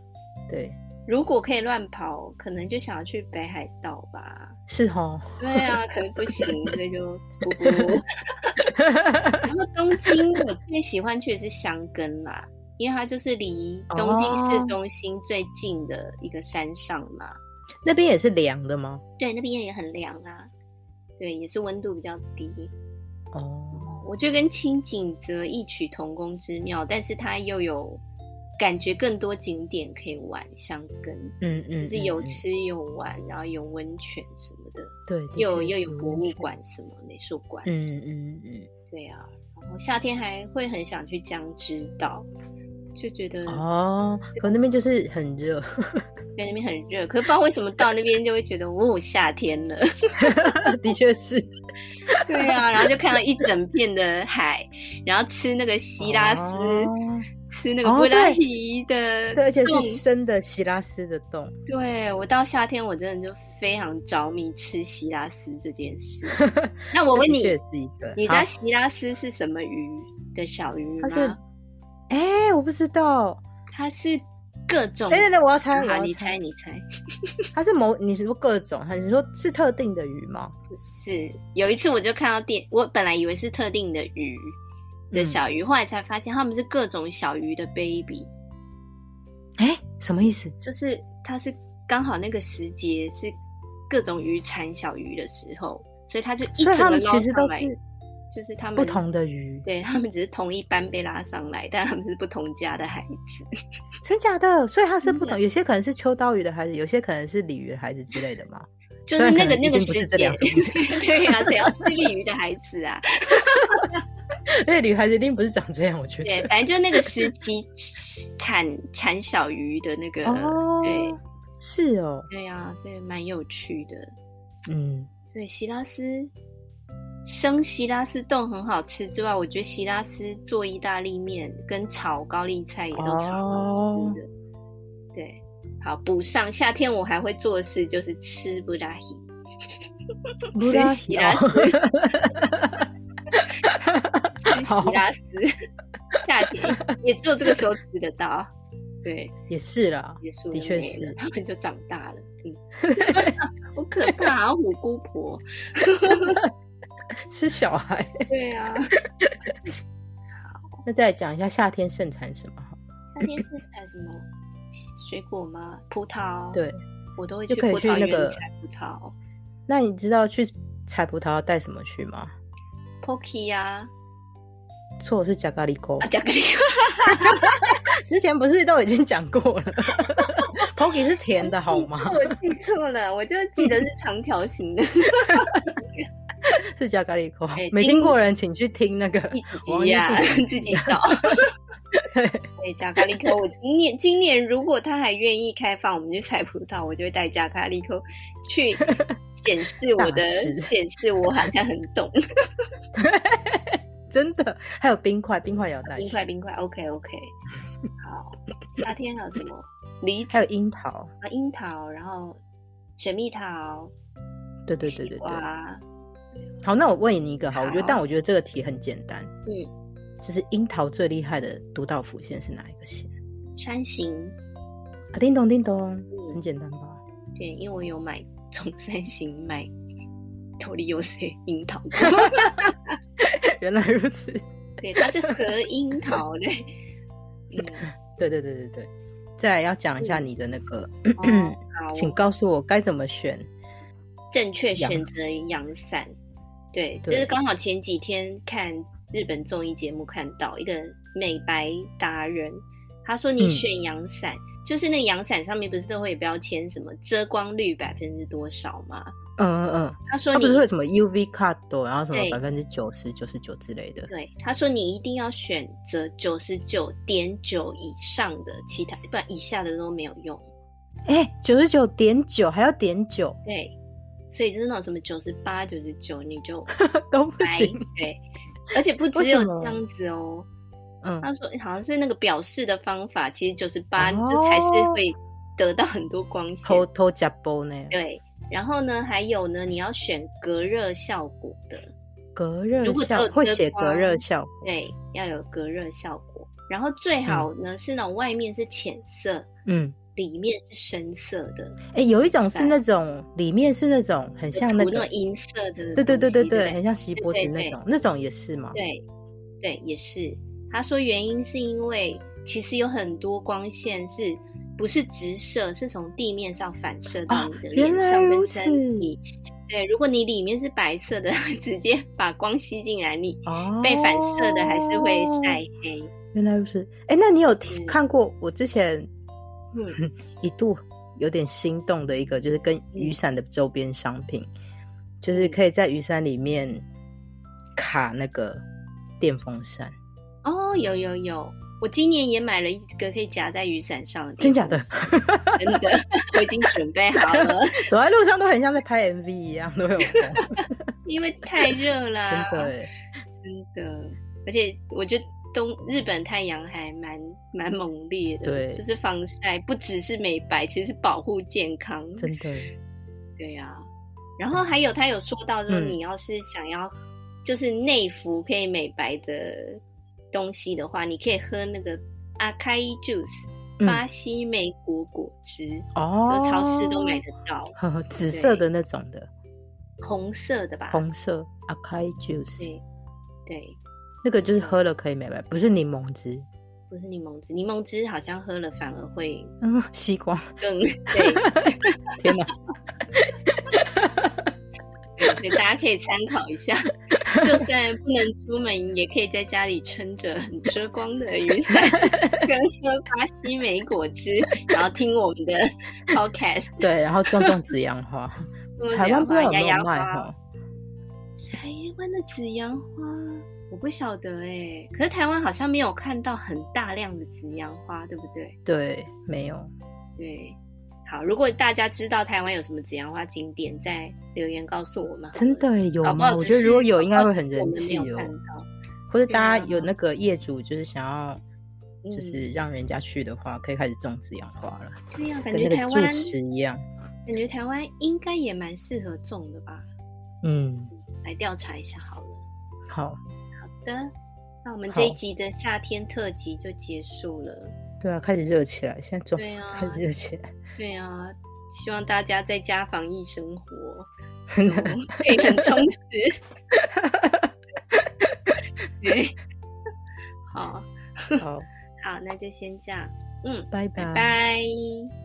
[SPEAKER 1] 对，
[SPEAKER 2] 如果可以乱跑，可能就想要去北海道吧。
[SPEAKER 1] 是哦，
[SPEAKER 2] 对啊，可能不行，所以就不不。然后东京，我最喜欢去的是箱根啦，因为它就是离东京市中心最近的一个山上嘛。
[SPEAKER 1] 那边也是凉的吗？
[SPEAKER 2] 对，那边也很凉啊，对，也是温度比较低。
[SPEAKER 1] 哦，
[SPEAKER 2] 我觉得跟清景泽异曲同工之妙，但是它又有感觉更多景点可以玩，箱根
[SPEAKER 1] 嗯嗯，
[SPEAKER 2] 就是有
[SPEAKER 1] 嗯嗯
[SPEAKER 2] 吃有玩，然后有温泉什么的，
[SPEAKER 1] 对，的
[SPEAKER 2] 又
[SPEAKER 1] 确
[SPEAKER 2] 又有博
[SPEAKER 1] 温
[SPEAKER 2] 物
[SPEAKER 1] 泉，
[SPEAKER 2] 馆什么美术馆，
[SPEAKER 1] 嗯嗯嗯，
[SPEAKER 2] 对啊。然后夏天还会很想去江之岛，就觉得
[SPEAKER 1] 哦，可那边就是很热，
[SPEAKER 2] 在那边很热，可是不知道为什么到那边就会觉得哦夏天 了，
[SPEAKER 1] 的确是，
[SPEAKER 2] 对啊，然后就看到一整片的海，然后吃那个 希拉斯，
[SPEAKER 1] 哦
[SPEAKER 2] 吃那个
[SPEAKER 1] 哦
[SPEAKER 2] 布拉
[SPEAKER 1] 对
[SPEAKER 2] 提的冻，
[SPEAKER 1] 对，而且是生的希拉斯的洞，
[SPEAKER 2] 对我到夏天，我真的就非常着迷吃希拉斯这 件事。那我
[SPEAKER 1] 这
[SPEAKER 2] 问
[SPEAKER 1] 的
[SPEAKER 2] 你
[SPEAKER 1] 确，也是一个，
[SPEAKER 2] 你知
[SPEAKER 1] 好
[SPEAKER 2] 道希拉斯是什么鱼的小鱼
[SPEAKER 1] 它
[SPEAKER 2] 吗？
[SPEAKER 1] 是，哎、我不知道，
[SPEAKER 2] 它是各种。
[SPEAKER 1] 哎、等等，我要猜，我
[SPEAKER 2] 嗯好，
[SPEAKER 1] 要
[SPEAKER 2] 你猜，，你猜。
[SPEAKER 1] 它是某，你是说各种，还是说是特定的鱼吗？
[SPEAKER 2] 不是，有一次我就看到电，我本来以为是特定的鱼的
[SPEAKER 1] 嗯
[SPEAKER 2] 小鱼，后来才发现它们是各种小鱼的 baby，
[SPEAKER 1] 哎、什么意思？
[SPEAKER 2] 就是它是刚好那个时节是各种鱼产小鱼的时候，所以它就一
[SPEAKER 1] 所以
[SPEAKER 2] 整
[SPEAKER 1] 它
[SPEAKER 2] 个
[SPEAKER 1] 们
[SPEAKER 2] 捞
[SPEAKER 1] 其实
[SPEAKER 2] 上
[SPEAKER 1] 都
[SPEAKER 2] 来，
[SPEAKER 1] 是
[SPEAKER 2] 就是它们
[SPEAKER 1] 不同的鱼，
[SPEAKER 2] 对他们只是同一班被拉上来，但他们是不同家的孩子。
[SPEAKER 1] 真假的？所以它是不同，有些可能是秋刀鱼的孩子，有些可能是鲤鱼的孩子之类的嘛。
[SPEAKER 2] 就是那
[SPEAKER 1] 虽
[SPEAKER 2] 个
[SPEAKER 1] 然可能
[SPEAKER 2] 那
[SPEAKER 1] 一定
[SPEAKER 2] 个
[SPEAKER 1] 不
[SPEAKER 2] 时
[SPEAKER 1] 是这
[SPEAKER 2] 节
[SPEAKER 1] 两种，
[SPEAKER 2] 对呀、谁要吃鲤鱼的孩子啊？
[SPEAKER 1] 因为鲤鱼孩子一定不是长这样，我觉
[SPEAKER 2] 对，
[SPEAKER 1] 得。
[SPEAKER 2] 反正就那个时期产产小鱼的那个，
[SPEAKER 1] 哦
[SPEAKER 2] 对，
[SPEAKER 1] 是哦，
[SPEAKER 2] 对呀、所以蛮有趣的。
[SPEAKER 1] 嗯，
[SPEAKER 2] 对，希拉斯生希拉斯冻很好吃之外，我觉得希拉斯做意大利面跟炒高丽菜也都超好吃的。
[SPEAKER 1] 哦
[SPEAKER 2] 对，好补上夏天我还会做的事就是吃布拉希。
[SPEAKER 1] 布拉
[SPEAKER 2] 希
[SPEAKER 1] 提
[SPEAKER 2] 拉斯
[SPEAKER 1] 奥，
[SPEAKER 2] 吃希
[SPEAKER 1] 好
[SPEAKER 2] 拉斯，夏天也只有这个时候吃得到。对，
[SPEAKER 1] 也是啦，
[SPEAKER 2] 结束了
[SPEAKER 1] 的确
[SPEAKER 2] 没了
[SPEAKER 1] 是
[SPEAKER 2] 他们就长大了。 嗯，好可怕啊，虎姑婆。
[SPEAKER 1] 吃小孩。
[SPEAKER 2] 对啊，
[SPEAKER 1] 那再讲一下夏天盛产什么好？
[SPEAKER 2] 夏天是采什么水果吗？葡萄。，
[SPEAKER 1] 对，
[SPEAKER 2] 我都会
[SPEAKER 1] 就
[SPEAKER 2] 去
[SPEAKER 1] 可以
[SPEAKER 2] 葡
[SPEAKER 1] 去
[SPEAKER 2] 萄
[SPEAKER 1] 那
[SPEAKER 2] 园
[SPEAKER 1] 个
[SPEAKER 2] 采葡萄。
[SPEAKER 1] 那你知道去采葡萄要带什么去吗？
[SPEAKER 2] Pocky 呀、
[SPEAKER 1] 错，是加咖喱沟
[SPEAKER 2] 啊，。巧克力。
[SPEAKER 1] 之前不是都已经讲过了 ？Pocky 是甜的好 吗？
[SPEAKER 2] 我记错了，我就记得是长条形的。
[SPEAKER 1] 是加咖喱口
[SPEAKER 2] 哎，
[SPEAKER 1] 没
[SPEAKER 2] 金
[SPEAKER 1] 听过人请去听那个
[SPEAKER 2] 一
[SPEAKER 1] 王
[SPEAKER 2] 集
[SPEAKER 1] 一
[SPEAKER 2] 呀、
[SPEAKER 1] 弟
[SPEAKER 2] 自己 找。
[SPEAKER 1] 对
[SPEAKER 2] 对，加咖喱扣，我今年今年如果他还愿意开放，我们去采葡萄，我就会带加咖喱扣去显示我的
[SPEAKER 1] 大师
[SPEAKER 2] 显示我好像很懂。
[SPEAKER 1] 真的还有冰块，冰块也要带去
[SPEAKER 2] 冰，块冰块，OK OK。好，夏天还有什么？梨子
[SPEAKER 1] 还有樱桃，
[SPEAKER 2] 啊、樱桃，然后水蜜桃、
[SPEAKER 1] 对对对
[SPEAKER 2] 西
[SPEAKER 1] 对对，
[SPEAKER 2] 瓜，
[SPEAKER 1] 好，那我问你一个啊好，我觉得，
[SPEAKER 2] 好
[SPEAKER 1] 但我觉得这个题很简单，
[SPEAKER 2] 嗯，
[SPEAKER 1] 就是樱桃最厉害的都道府县是哪一个县？
[SPEAKER 2] 山形，
[SPEAKER 1] 啊，叮咚叮咚，很
[SPEAKER 2] 嗯，
[SPEAKER 1] 简单吧？
[SPEAKER 2] 对，因为我有买从山形买头里有谁樱 桃过，
[SPEAKER 1] 原来如此，
[SPEAKER 2] 对，它是和樱桃的，嗯，
[SPEAKER 1] 对对对对对。再来要讲一下你的那个，
[SPEAKER 2] 哦嗯好，
[SPEAKER 1] 请告诉我该怎么选。
[SPEAKER 2] 正确
[SPEAKER 1] 阳
[SPEAKER 2] 选择阳伞。对，
[SPEAKER 1] 对
[SPEAKER 2] 就是刚好前几天看日本综艺节目看到一个美白达人，他说你
[SPEAKER 1] 嗯
[SPEAKER 2] 选阳伞，就是那阳伞上面不是都会有标签什么遮光率百分之多少吗？
[SPEAKER 1] 嗯嗯嗯，
[SPEAKER 2] 他说
[SPEAKER 1] 它
[SPEAKER 2] 你
[SPEAKER 1] 不是会有什么 UV cut，然后哦什么
[SPEAKER 2] 对
[SPEAKER 1] 百分之九十、九十九之类的。
[SPEAKER 2] 对，他说你一定要选择九十九点九以上的，其他不然以下的都没有用。
[SPEAKER 1] 哎，九十九点九还要点 九
[SPEAKER 2] 对，所以就是那种什么九十八、九十九，你就
[SPEAKER 1] 都 不
[SPEAKER 2] 白
[SPEAKER 1] 行。
[SPEAKER 2] 对，而且不
[SPEAKER 1] 为
[SPEAKER 2] 只
[SPEAKER 1] 什
[SPEAKER 2] 有
[SPEAKER 1] 么
[SPEAKER 2] 这样子哦。
[SPEAKER 1] 嗯，
[SPEAKER 2] 他说好像是那个表示的方法，其实九十八
[SPEAKER 1] 哦
[SPEAKER 2] 就还是会得到很多光线。
[SPEAKER 1] 偷偷加包呢，
[SPEAKER 2] 对，然后呢，还有呢，你要选隔热效果的，
[SPEAKER 1] 隔热
[SPEAKER 2] 如果只
[SPEAKER 1] 效
[SPEAKER 2] 有
[SPEAKER 1] 会
[SPEAKER 2] 遮
[SPEAKER 1] 写隔
[SPEAKER 2] 光
[SPEAKER 1] 热效果。
[SPEAKER 2] 对，要有隔热效果。然后最好呢、是那种外面是浅色，
[SPEAKER 1] 嗯，
[SPEAKER 2] 里面是深色的，
[SPEAKER 1] 哎，有一种是
[SPEAKER 2] 在
[SPEAKER 1] 那种里面是那种很
[SPEAKER 2] 就
[SPEAKER 1] 像
[SPEAKER 2] 涂
[SPEAKER 1] 那
[SPEAKER 2] 那
[SPEAKER 1] 个
[SPEAKER 2] 种，银色的东西，
[SPEAKER 1] 对对对对
[SPEAKER 2] 对
[SPEAKER 1] 对，
[SPEAKER 2] 不
[SPEAKER 1] 很像锡箔
[SPEAKER 2] 对
[SPEAKER 1] 纸那
[SPEAKER 2] 对
[SPEAKER 1] 种，那种也是吗？
[SPEAKER 2] 对，对，也是。他说原因是因为其实有很多光线是不是直射，是从地面上反射到
[SPEAKER 1] 啊
[SPEAKER 2] 你的
[SPEAKER 1] 原
[SPEAKER 2] 脸
[SPEAKER 1] 来
[SPEAKER 2] 上
[SPEAKER 1] 如
[SPEAKER 2] 跟
[SPEAKER 1] 此
[SPEAKER 2] 身体。对，如果你里面是白色的， 直接把光吸进来，你
[SPEAKER 1] 哦，
[SPEAKER 2] 被反射的还是会晒黑。
[SPEAKER 1] 原来如此，哎，那你有听
[SPEAKER 2] 嗯
[SPEAKER 1] 看过我之前
[SPEAKER 2] 嗯，
[SPEAKER 1] 一度有点心动的一个，就是跟雨伞的周边商品，就是
[SPEAKER 2] 嗯
[SPEAKER 1] 可以在雨伞里面卡那个电风扇，
[SPEAKER 2] 哦，有有有，我今年也买了一个可以夹在雨伞上的，
[SPEAKER 1] 真假的？？
[SPEAKER 2] 真的， 我已经准备好了，
[SPEAKER 1] 走在路上都很像在拍 MV 一样，都会有风，
[SPEAKER 2] 因为太热了
[SPEAKER 1] 真
[SPEAKER 2] 啊。
[SPEAKER 1] 的耶。
[SPEAKER 2] 真的，而且我觉得东日本太阳还蛮蛮猛烈的，
[SPEAKER 1] 对
[SPEAKER 2] 就是防晒不只是美白，其实是保护健康，
[SPEAKER 1] 真 的，
[SPEAKER 2] 对呀、啊。然后还有他有说到说，
[SPEAKER 1] 嗯
[SPEAKER 2] 你要是想要就是内服可以美白的东西的话，你可以喝那个阿开 juice，巴
[SPEAKER 1] 嗯，
[SPEAKER 2] 西莓果果汁，
[SPEAKER 1] 哦，
[SPEAKER 2] 就超市都买得到，
[SPEAKER 1] 呵 呵，哦紫色的那种的，
[SPEAKER 2] 红色的吧？
[SPEAKER 1] 红色 a k a i juice，
[SPEAKER 2] 对对，
[SPEAKER 1] 那个就是喝了可以美白，不是柠檬汁，
[SPEAKER 2] 不是柠檬汁，柠檬汁好像喝了反而会
[SPEAKER 1] 嗯， 西瓜，
[SPEAKER 2] 更对。
[SPEAKER 1] 天哪，
[SPEAKER 2] 对，大家可以参考一下。就算不能出门，也可以在家里撑着很遮光的雨伞，跟喝巴西莓果汁，然后听我 们的 podcast。
[SPEAKER 1] 对，然后种种紫阳 花，台湾不知道有没有卖
[SPEAKER 2] 花
[SPEAKER 1] 哈，
[SPEAKER 2] 台湾的紫阳花，我不晓得哎、可是台湾好像没有看到很大量的紫阳花，对不对？
[SPEAKER 1] 对，没有，
[SPEAKER 2] 对。好，如果大家知道台湾有什么紫阳花景点，再留言告诉我们好了。
[SPEAKER 1] 真的欸耶有
[SPEAKER 2] 搞不
[SPEAKER 1] 吗？
[SPEAKER 2] 好
[SPEAKER 1] 我
[SPEAKER 2] 只
[SPEAKER 1] 觉得
[SPEAKER 2] 是
[SPEAKER 1] 如果有，应该
[SPEAKER 2] 搞不
[SPEAKER 1] 会
[SPEAKER 2] 好
[SPEAKER 1] 很
[SPEAKER 2] 只是我
[SPEAKER 1] 人
[SPEAKER 2] 们没
[SPEAKER 1] 气
[SPEAKER 2] 有
[SPEAKER 1] 哦
[SPEAKER 2] 看。到
[SPEAKER 1] 或者大家
[SPEAKER 2] 对
[SPEAKER 1] 有
[SPEAKER 2] 啊
[SPEAKER 1] 那个业主就是想要，就是
[SPEAKER 2] 嗯
[SPEAKER 1] 让人家去的话，可以开始种紫阳花了，
[SPEAKER 2] 对呀、感
[SPEAKER 1] 跟
[SPEAKER 2] 觉
[SPEAKER 1] 那个
[SPEAKER 2] 台
[SPEAKER 1] 住
[SPEAKER 2] 湾
[SPEAKER 1] 持一样。
[SPEAKER 2] 感觉台湾应该也蛮适合种的吧？
[SPEAKER 1] 嗯，
[SPEAKER 2] 来调查一下好了。
[SPEAKER 1] 好，
[SPEAKER 2] 好的，那我们这一
[SPEAKER 1] 好
[SPEAKER 2] 集的夏天特辑就结束了。
[SPEAKER 1] 对啊，开始热起来，现在种
[SPEAKER 2] 对啊
[SPEAKER 1] 开始热起来，
[SPEAKER 2] 对啊，希望大家在家防疫生活
[SPEAKER 1] 真
[SPEAKER 2] 嗯
[SPEAKER 1] 的。
[SPEAKER 2] 可以很充 实。对，好
[SPEAKER 1] 好，
[SPEAKER 2] 好，那就先这样。嗯，
[SPEAKER 1] 拜
[SPEAKER 2] 拜
[SPEAKER 1] 拜。
[SPEAKER 2] 拜。